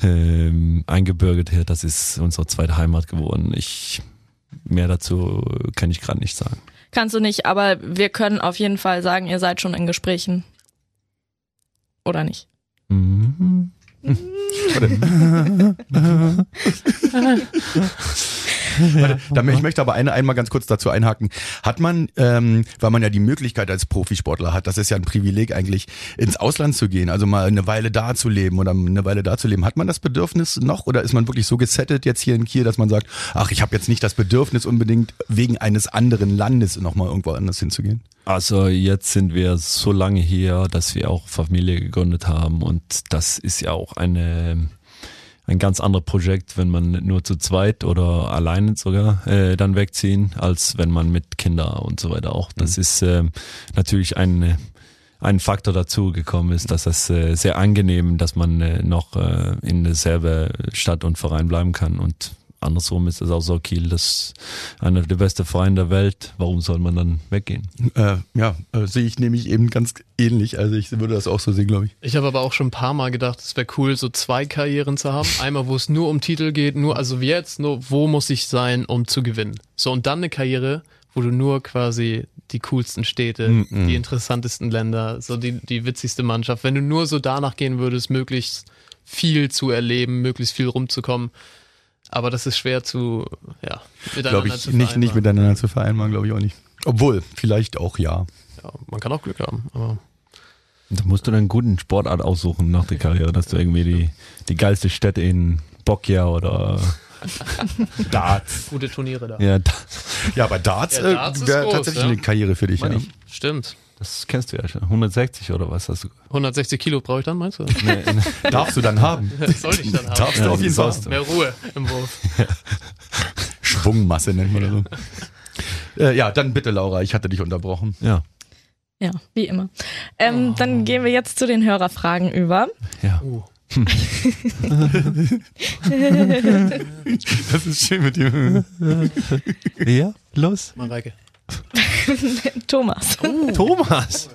C: ähm, eingebürgert hier, das ist unsere zweite Heimat geworden. Ich mehr dazu kann ich gerade nicht sagen.
D: Kannst du nicht, aber wir können auf jeden Fall sagen, ihr seid schon in Gesprächen. Oder nicht?
C: Mhm.
B: Da, ich möchte aber eine, einmal ganz kurz dazu einhaken. Hat man, ähm, weil man ja die Möglichkeit als Profisportler hat, das ist ja ein Privileg eigentlich, ins Ausland zu gehen, also mal eine Weile da zu leben oder eine Weile da zu leben. Hat man das Bedürfnis noch oder ist man wirklich so gesettelt jetzt hier in Kiel, dass man sagt, ach, ich habe jetzt nicht das Bedürfnis unbedingt wegen eines anderen Landes nochmal irgendwo anders hinzugehen?
C: Also jetzt sind wir so lange hier, dass wir auch Familie gegründet haben und das ist ja auch eine, ein ganz anderes Projekt, wenn man nur zu zweit oder alleine sogar äh, dann wegziehen, als wenn man mit Kinder und so weiter auch. Das ist ähm, natürlich ein, äh, ein Faktor dazu gekommen ist, dass das äh, sehr angenehm, dass man äh, noch äh, in derselben Stadt und Verein bleiben kann und Andersrum ist es auch so, Kiel, das ist einer der beste Verein der Welt. Warum soll man dann weggehen?
B: Äh, ja, äh, sehe ich nämlich eben ganz ähnlich. Also ich würde das auch so sehen, glaube ich.
E: Ich habe aber auch schon ein paar Mal gedacht, es wäre cool, so zwei Karrieren zu haben. Einmal, wo es nur um Titel geht, nur, also wie jetzt, nur, wo muss ich sein, um zu gewinnen. So, und dann eine Karriere, wo du nur quasi die coolsten Städte,
B: Mhm.
E: die interessantesten Länder, so die, die witzigste Mannschaft. Wenn du nur so danach gehen würdest, möglichst viel zu erleben, möglichst viel rumzukommen. Aber das ist schwer zu, ja, miteinander
B: Glaube ich,
E: zu
B: nicht, nicht
E: vereinbaren.
B: miteinander zu vereinbaren, glaube ich auch nicht. Obwohl, vielleicht auch ja.
E: ja, man kann auch Glück haben, aber.
C: Da musst du dann einen guten Sportart aussuchen nach der Karriere, dass du irgendwie die, die geilste Stätte in Boccia oder
B: Darts.
E: gute Turniere da.
C: ja,
B: Ja, aber Darts,
E: Ja, Darts
B: äh,
E: ist
B: wäre
E: groß,
B: tatsächlich
E: ja.
B: eine Karriere für dich. Ja.
E: Stimmt.
C: das kennst du ja schon. 160 oder was hast du?
E: 160 Kilo brauche ich dann, meinst du?
B: Darfst du dann haben.
E: Soll ich dann haben?
B: Darfst du
C: Ja,
B: auf jeden Fall.
C: sollst du.
E: Mehr Ruhe im Wurf.
B: Schwungmasse nennt man das so. Äh, ja, dann bitte, Laura, ich hatte dich unterbrochen.
C: Ja,
D: Ja, wie immer.
B: Oh.
D: Ähm, Dann gehen wir jetzt zu den Hörerfragen über.
C: ja.
B: Das ist schön mit dir.
C: Ja, los.
E: Mareike.
D: Thomas.
B: Oh.
C: Oh. Thomas.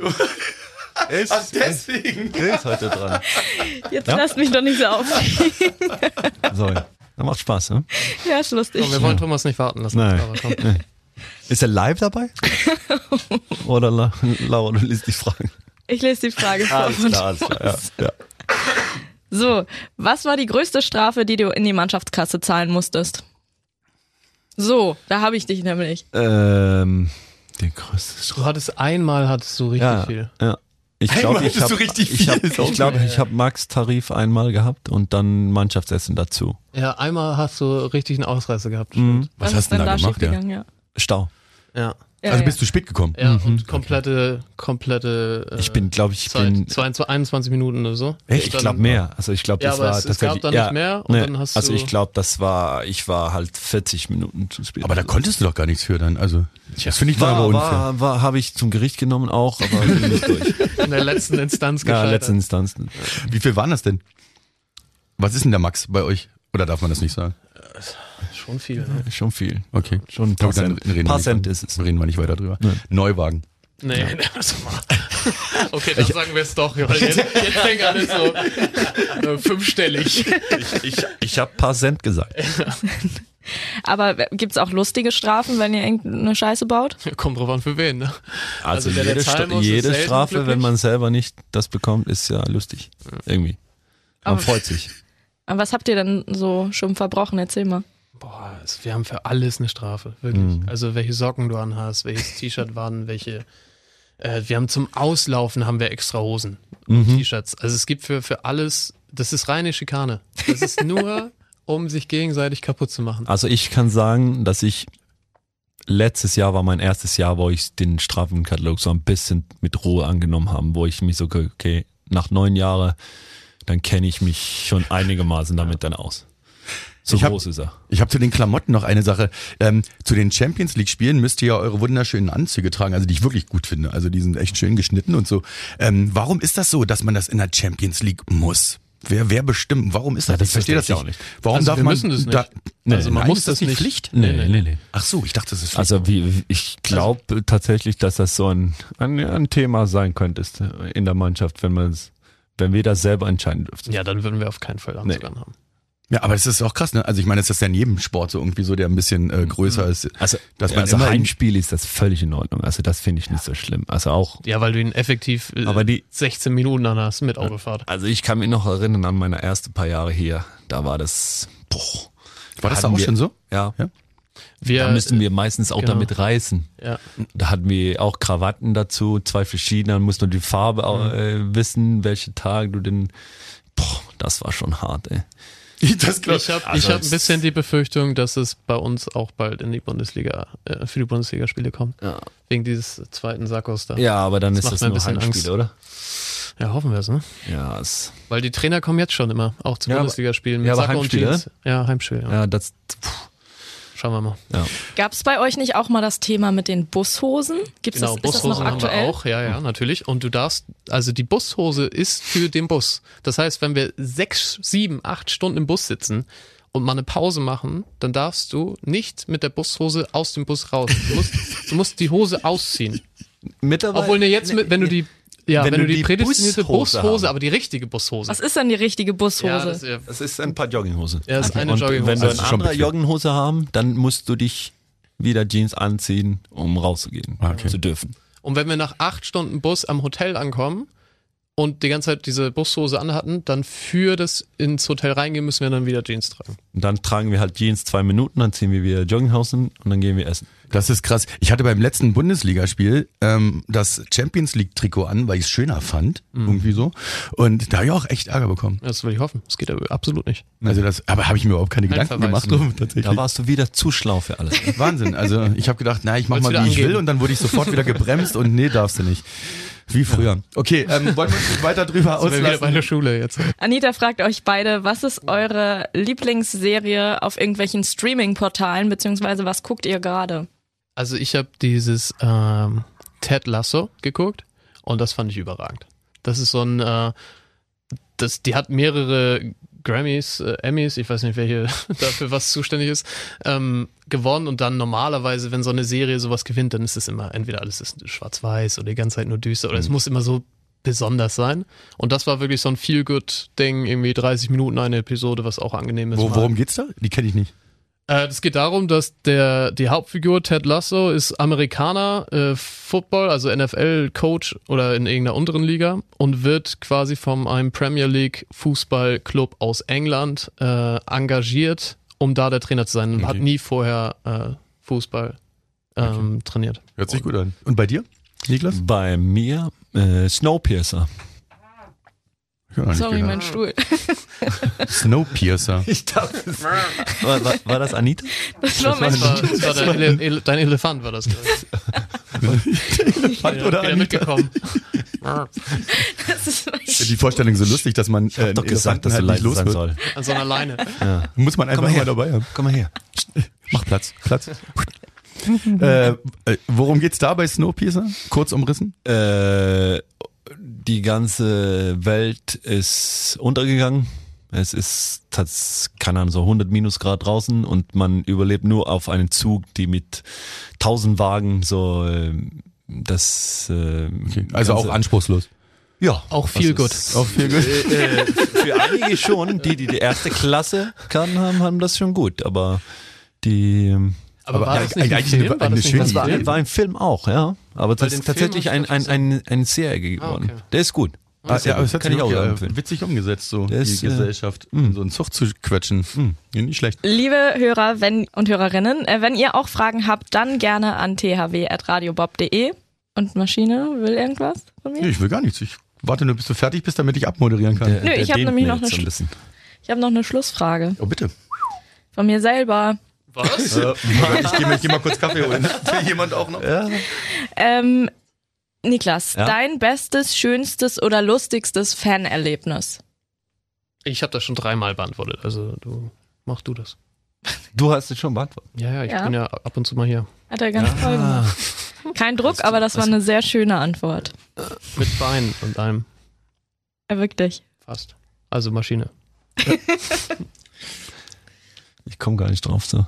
F: Es ist
B: Deswegen.
F: Grills heute dran.
D: Jetzt
C: Ja?
D: lasst mich doch nicht so auf.
C: Sorry. Da macht Spaß, ne?
D: Ja, ist lustig.
E: Komm, wir wollen Thomas nicht warten lassen.
C: Nein.
E: Aber komm.
C: Ist er live dabei? Oder La Laura, du liest die Fragen.
D: Ich lese die Frage vor.
C: Alles klar, alles klar. Ja, ja.
D: So, was war die größte Strafe, die du in die Mannschaftskasse zahlen musstest? So, da habe ich dich nämlich.
C: Ähm, die größte Strafe.
E: Du hattest einmal hattest du richtig viel.
C: Ja. Ich glaube,
B: Einmal
C: ich
B: hattest
C: habe
B: du richtig
C: ich hab,
B: viel.
C: ich glaub, ich hab Max Tarif einmal gehabt und dann Mannschaftsessen dazu.
E: Ja, einmal hast du richtig einen Ausreißer gehabt.
C: Mhm.
B: Was
D: ist
B: hast du denn da gemacht? Ja?
D: schiefgegangen? Ja.
C: Stau.
E: Ja.
D: Ja,
B: Also
D: ja.
B: bist du spät gekommen.
E: Ja, und komplette, komplette. Äh,
C: Mhm. Ich bin, glaube ich,
E: Zeit.
C: bin
E: 22, 21 Minuten oder so.
C: Echt? Ich
E: Dann-
C: glaube mehr. Also ich glaube,
E: Ja,
C: das
E: aber
C: war
E: es- es gab
C: tatsächlich.
E: dann
C: ja,
E: nicht mehr und dann hast
C: also
E: du-
C: ich glaube, das war, ich war halt 40 Minuten zu spät. Also
B: Aber da konntest du doch gar nichts für dann. Also, das finde ich dann aber
C: war,
B: unfair.
C: war, war, habe ich zum Gericht genommen auch, aber bin nicht durch.
E: In der letzten Instanz
C: ja,
E: gescheitert.
C: letzten Instanz.
B: Wie viel waren das denn? Was ist denn der Max bei euch? Oder darf man das nicht sagen?
E: Schon viel. Ne?
C: Schon viel.
B: Okay.
C: Schon ein
B: Na
C: paar
B: gut, dann
C: Cent.
B: reden wir
C: Paar
B: nicht
C: Cent
B: dran.
C: ist es.
B: Reden wir nicht weiter drüber. Neuwagen.
E: Nee, das war- Okay, dann sagen wir es doch. Weil jetzt, jetzt fängt alles so äh, fünfstellig.
C: Ich, ich habe paar Cent gesagt.
D: Aber gibt's auch lustige Strafen, wenn ihr irgendeine Scheiße baut?
E: Kommt drauf an, für wen, ne? Also
C: Also,
E: der, der
C: jede,
E: zahlen
C: Stra-
E: muss, ist
C: jede
E: selten
C: Strafe,
E: glücklich.
C: wenn man selber nicht das bekommt, ist ja lustig. Irgendwie. Man
D: Aber-
C: freut sich.
D: Aber was habt ihr denn so schon verbrochen? Erzähl mal.
E: Boah, es- wir haben für alles eine Strafe, wirklich.
C: Mhm.
E: Also welche Socken du anhast, welches T-Shirt waren, welche. Äh, wir haben zum Auslaufen haben wir extra Hosen, und
C: Mhm.
E: T-Shirts. Also es gibt für, für alles, das ist reine Schikane. Das ist nur, um sich gegenseitig kaputt zu machen.
C: Also ich kann sagen, dass ich letztes Jahr war mein erstes Jahr, wo ich den Strafenkatalog so ein bisschen mit Ruhe angenommen habe, wo ich mich so, okay, nach neun Jahren, dann kenne ich mich schon einigermaßen damit dann aus. So
B: Ich hab-
C: groß ist er.
B: Ich habe zu den Klamotten noch eine Sache. Ähm, zu den Champions League Spielen müsst ihr ja eure wunderschönen Anzüge tragen, also die ich wirklich gut finde. Also die sind echt schön geschnitten und so. Ähm, warum ist das so, dass man das in der Champions League muss? Wer, wer bestimmt? Warum ist das?
C: Ja, das
B: ich verstehe das
C: verstehe
B: ja
C: ich auch
B: auch nicht. Warum
E: Also
B: darf
E: wir
B: man
E: müssen das nicht.
B: Da, nee,
E: Also man
B: nein,
E: muss
B: ist
E: das
B: das nicht
E: nicht.
B: Pflicht?
C: Nee,
E: nee,
C: nee, nee.
B: Ach so, ich dachte, das ist Pflicht.
C: Also wie, wie- ich glaube tatsächlich, dass das so ein, ein, ein Thema sein könnte ist, äh, in der Mannschaft, wenn man es, wenn wir das selber entscheiden dürften.
E: Ja, dann würden wir auf keinen Fall Anzug
C: Nee.
E: anhaben.
B: ja, aber das ist auch krass, ne? Also ich meine, das ist ja in jedem Sport so irgendwie so, der ein bisschen äh, größer ist.
C: Also,
B: Dass man
C: also
B: immer in-
C: Heimspiel ist das völlig in Ordnung. Also das finde ich nicht so schlimm. Also auch
E: Ja, weil du ihn effektiv äh,
C: Aber die-
E: 16 Minuten anhast mit Autofahrt.
C: Also ich kann mich noch erinnern an meine ersten paar Jahre hier. Da war das, boah,
B: War das da
C: hatten
B: auch
C: wir-
B: schon so?
C: ja.
B: Ja.
E: Wir,
C: Da müssten wir meistens auch
E: genau.
C: damit reißen.
E: Ja.
C: Da hatten wir auch Krawatten dazu, zwei verschiedene. Dann musst du die Farbe
E: Mhm.
C: auch, äh, wissen, welche Tage du denn. Boah, das war schon hart, ey.
B: Das glaub-
E: Ich habe
C: Also
E: ich hab
C: es-
E: ein bisschen die Befürchtung, dass es bei uns auch bald in die Bundesliga, äh, für die Bundesligaspiele kommt.
C: Ja.
E: Wegen dieses zweiten Sackos da.
C: Ja, aber dann
E: Das
C: ist
E: macht
C: das
E: mir ein
C: nur
E: bisschen
C: Heimspiel,
E: Angst.
C: oder?
E: Ja, hoffen wir es, ne?
C: Ja, es,
E: Weil die Trainer kommen jetzt schon immer, auch zu
C: Ja, aber-
E: Bundesligaspielen mit
C: ja, aber
E: Sacko und
C: Heimspiele? ne?
E: Jeans. Ja, Heimspiel. Ja.
C: ja, das, pff,
E: Schauen wir mal.
C: ja.
D: Gab's bei euch nicht auch mal das Thema mit den Bushosen? Gibt's
E: Genau,
D: das, ist das
E: Bushosen
D: noch
E: haben wir
D: aktuell?
E: auch. Ja,
C: Hm.
E: ja, natürlich. Und du darfst, also die Bushose ist für den Bus. Das heißt, wenn wir sechs, sieben, acht Stunden im Bus sitzen und mal eine Pause machen, dann darfst du nicht mit der Bushose aus dem Bus raus. Du musst, du musst die Hose ausziehen.
C: Mittlerweile.
E: Obwohl, ne, jetzt, mit, wenn du die, ja, wenn, du die, prädestinierte
C: Bushose
E: Bushose,
C: haben.
E: aber die richtige Bushose.
D: Was ist denn die richtige Bushose?
E: ja, das, ja,
C: Das ist ein paar Jogginghose.
E: Ja, das ist eine
C: und
E: Jogginghose.
C: Wenn du
E: Also
C: eine
B: schon
C: andere
B: bequem.
C: Jogginghose haben, dann musst du dich wieder Jeans anziehen, um rauszugehen,
E: Ah,
B: Okay.
C: zu dürfen.
E: Und wenn wir nach acht Stunden Bus am Hotel ankommen und die ganze Zeit diese Bushose anhatten, dann für das ins Hotel reingehen müssen wir dann wieder Jeans tragen.
C: Und dann tragen wir halt Jeans zwei Minuten, dann ziehen wir wieder Jogginghosen und dann gehen wir essen.
B: Das ist krass. Ich hatte beim letzten Bundesligaspiel ähm, das Champions League Trikot an, weil ich es schöner fand,
E: Mhm.
B: irgendwie so. Und da habe ich auch echt Ärger bekommen.
E: Das will ich hoffen. Das geht aber absolut nicht.
B: Also das, aber habe ich mir überhaupt keine
E: Kein
B: Gedanken
E: Verweis.
B: gemacht drum
C: Da
B: tatsächlich.
C: warst du wieder zu schlau für alles.
B: Wahnsinn. Also ich habe gedacht, na, ich mach
E: Wolltest
B: mal wie
E: wieder
B: ich will
E: angeben.
B: und dann wurde ich sofort wieder gebremst und nee, darfst du nicht. Wie früher. Okay, ähm, wollen wir uns nicht weiter drüber
E: Sind wir wieder bei
B: auslassen?
E: der Schule jetzt.
D: Anita fragt euch beide, was ist eure Lieblingsserie auf irgendwelchen Streaming-Portalen, beziehungsweise was guckt ihr gerade?
E: Also ich habe dieses ähm, Ted Lasso geguckt und das fand ich überragend. Das ist so ein, äh, das, die hat mehrere Grammys, äh, Emmys, ich weiß nicht, welche dafür was zuständig ist, ähm, gewonnen und dann normalerweise, wenn so eine Serie sowas gewinnt, dann ist es immer entweder alles ist schwarz-weiß oder die ganze Zeit nur düster
B: Mhm.
E: oder es muss immer so besonders sein. Und das war wirklich so ein Feel-Good-Ding, irgendwie 30 Minuten eine Episode, was auch angenehm ist.
B: Wo,
E: mal.
B: worum geht's da? Die kenne ich nicht.
E: Äh, Es geht darum, dass der die Hauptfigur Ted Lasso ist Amerikaner, äh, Football, also NFL Coach oder in irgendeiner unteren Liga und wird quasi von einem Premier League Fußballclub aus England äh, engagiert, um da der Trainer zu sein. Hat
B: Okay.
E: nie vorher äh, Fußball ähm, trainiert.
B: Hört sich gut an. Und bei dir, Niklas?
C: Bei mir äh, Snowpiercer.
B: Ich hab noch nicht
D: Sorry,
B: gehört.
D: mein
E: Genau.
D: Stuhl.
B: Snowpiercer.
C: Ich dachte, es- war, war, war das Anita?
D: Das war mein
E: Das war,
D: Stuhl.
E: das war dein, Ele Ele dein Elefant war das. glaub ich.
B: Elefant
E: Ja, bin ja mitgekommen.
D: Das ist mein Stuhl.
B: Die Vorstellung ist so lustig, dass man äh, einen
C: Doch gesagt,
B: Elefanten
C: dass du
B: halt nicht
C: leise
B: los
C: sein
B: wird.
C: soll.
E: An so einer Leine.
B: Muss man einfach
C: mal her.
B: mal dabei haben.
C: Komm mal her.
B: Mach Platz, Platz. äh, äh, worum geht's da bei Snowpiercer? Kurz umrissen?
C: Äh, die ganze Welt ist untergegangen. Es ist, tats- keine Ahnung, so 100 Minusgrad draußen und man überlebt nur auf einen Zug, die mit 1000 Wagen so ähm, das äh,
B: Also
C: Ganze-
B: auch anspruchslos.
C: ja
E: Auch viel gut.
B: Auch viel gut.
C: äh, äh, für einige schon, die die, die erste Klasse kann, haben, haben das schon gut, aber die ähm,
E: Aber, war das nicht ein
B: eigentlich
E: Film?
B: eine-
E: War
B: eine
E: das nicht
B: schöne
E: ein
C: war,
B: Idee.
E: Film?
C: war im Film auch, ja. Aber das
E: den Film
C: ist tatsächlich
E: hab
C: ein,
E: ich Ah,
C: ein, ein, eine Serie geworden.
E: okay. Ah,
C: Der ist gut. Der ist sehr gut.
B: das hat
C: kann ich auch
B: äh,
C: empfehlen.
B: witzig umgesetzt, so
C: Das,
B: die
C: äh, Hm.
B: Gesellschaft, so einen Zug zu quetschen. Ja, Nicht schlecht.
D: Liebe Hörer wenn, und Hörerinnen, äh, wenn ihr auch Fragen habt, dann gerne an thw.radiobob.de. Und Maschine will irgendwas von mir?
B: Nee, ich will gar nichts. Ich warte nur, bis du fertig bist, damit ich abmoderieren kann.
C: Der-
D: Nö,
C: der
D: ich hab
C: dehnt
D: nämlich
C: mir
D: noch
C: jetzt
D: eine
C: so ein bisschen.
D: Ich habe noch eine Schlussfrage
B: Oh, bitte.
D: von mir selber.
E: Was?
B: Äh, ich gehe mal, ich geh mal kurz Kaffee holen. Will jemand auch noch?
D: Ähm, Niklas,
C: Ja?
D: dein bestes, schönstes oder lustigstes Fanerlebnis?
E: Ich habe das schon dreimal beantwortet. Also du mach du das.
C: Du hast es schon beantwortet.
E: Ja, ja, ich
D: Ja.
E: bin ja ab und zu mal hier.
D: Hat er
E: Ah.
D: ganz toll gemacht. Kein Druck, aber das war eine sehr schöne Antwort.
E: Mit Beinen und allem.
D: Ja, wirklich.
E: Fast. Also Maschine.
C: Ich komme gar nicht drauf so.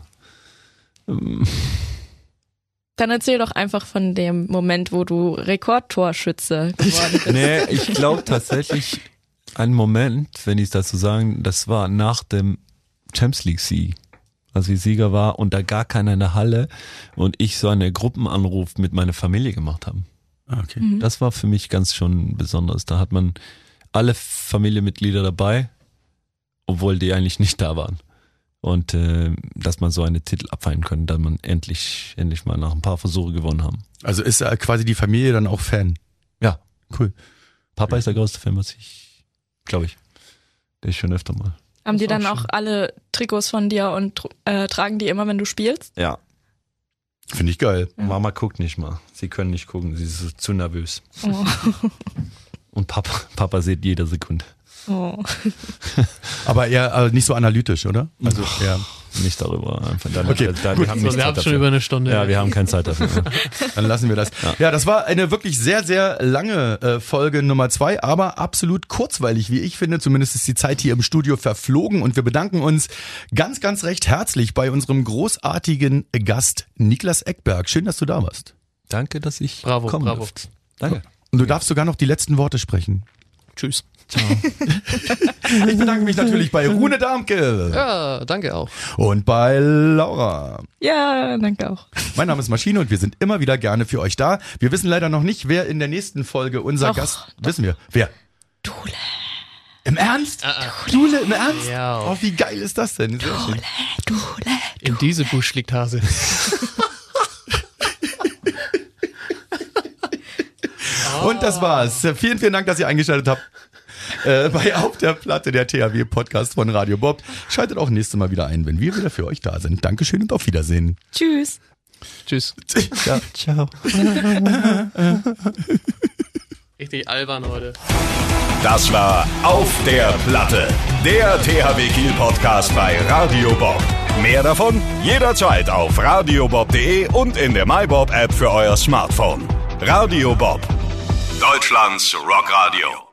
C: Ähm,
D: Dann erzähl doch einfach von dem Moment, wo du Rekordtorschütze geworden bist.
C: Nee, ich glaube tatsächlich, einen Moment, wenn ich es dazu sagen, das war nach dem Champions League-Sieg. Als ich Sieger war und da gar keiner in der Halle und ich so einen Gruppenanruf mit meiner Familie gemacht haben.
B: Okay.
C: Das war für mich ganz schon besonders. Da hat man alle Familienmitglieder dabei, obwohl die eigentlich nicht da waren. Und äh, dass man so einen Titel abfeiern können, dass man endlich, endlich mal nach ein paar Versuche gewonnen haben.
B: Also ist äh, quasi die Familie dann auch Fan.
C: Ja.
B: Cool.
C: Papa ist der größte Fan, was ich, glaube ich. Der ist schon öfter mal.
D: Haben die
E: Das
D: dann
E: war
D: auch
E: schön.
D: alle Trikots von dir und tr- äh, tragen die immer, wenn du spielst?
C: Ja.
B: Finde ich geil.
C: Mama guckt nicht mal. Sie können nicht gucken, sie ist so zu nervös.
D: Oh.
C: Und Papa, Papa sieht jede Sekunde.
D: Oh.
B: Aber eher äh, nicht so analytisch, oder? Also ja.
C: Nicht darüber. Einfach da,
B: Okay,
C: da, da,
B: gut.
C: wir haben,
E: So,
C: nicht
E: wir
C: Zeit
E: haben
C: dafür.
E: schon über eine Stunde.
C: ja, wir haben keine Zeit dafür.
B: Dann lassen wir das. Ja. das war eine wirklich sehr, sehr lange äh, Folge Nummer zwei, aber absolut kurzweilig, wie ich finde. Zumindest ist die Zeit hier im Studio verflogen und wir bedanken uns ganz, ganz recht herzlich bei unserem großartigen Gast Niklas Eckberg. Schön, dass du da warst.
C: Danke, dass ich
E: Bravo,
C: kommen
E: bravo.
C: durfte. Danke.
B: Und du darfst sogar noch die letzten Worte sprechen.
E: Tschüss.
B: Ich bedanke mich natürlich bei Rune Darmke
E: Ja, danke auch.
B: und bei Laura.
D: Ja, danke auch.
B: Mein Name ist Maschine und wir sind immer wieder gerne für euch da. Wir wissen leider noch nicht, wer in der nächsten Folge unser
D: Doch,
B: Gast. Wissen wir. Wer? Dule. Im Ernst? Dule, im Ernst?
E: Ja.
B: Oh, wie geil ist das denn? Sehr schön.
E: In diese Busch liegt Hase.
B: Und das war's. Vielen, vielen Dank, dass ihr eingeschaltet habt. Äh, bei Auf der Platte der THW Podcast von Radio Bob. Schaltet auch nächstes Mal wieder ein, wenn wir wieder für euch da sind. Dankeschön und auf Wiedersehen.
D: Tschüss.
E: Tschüss.
C: Ja, ciao.
E: Richtig albern heute.
A: Das war Auf der Platte, der THW Kiel Podcast bei Radio Bob. Mehr davon jederzeit auf radiobob.de und in der MyBob App für euer Smartphone. Radio Bob, Deutschlands Rockradio.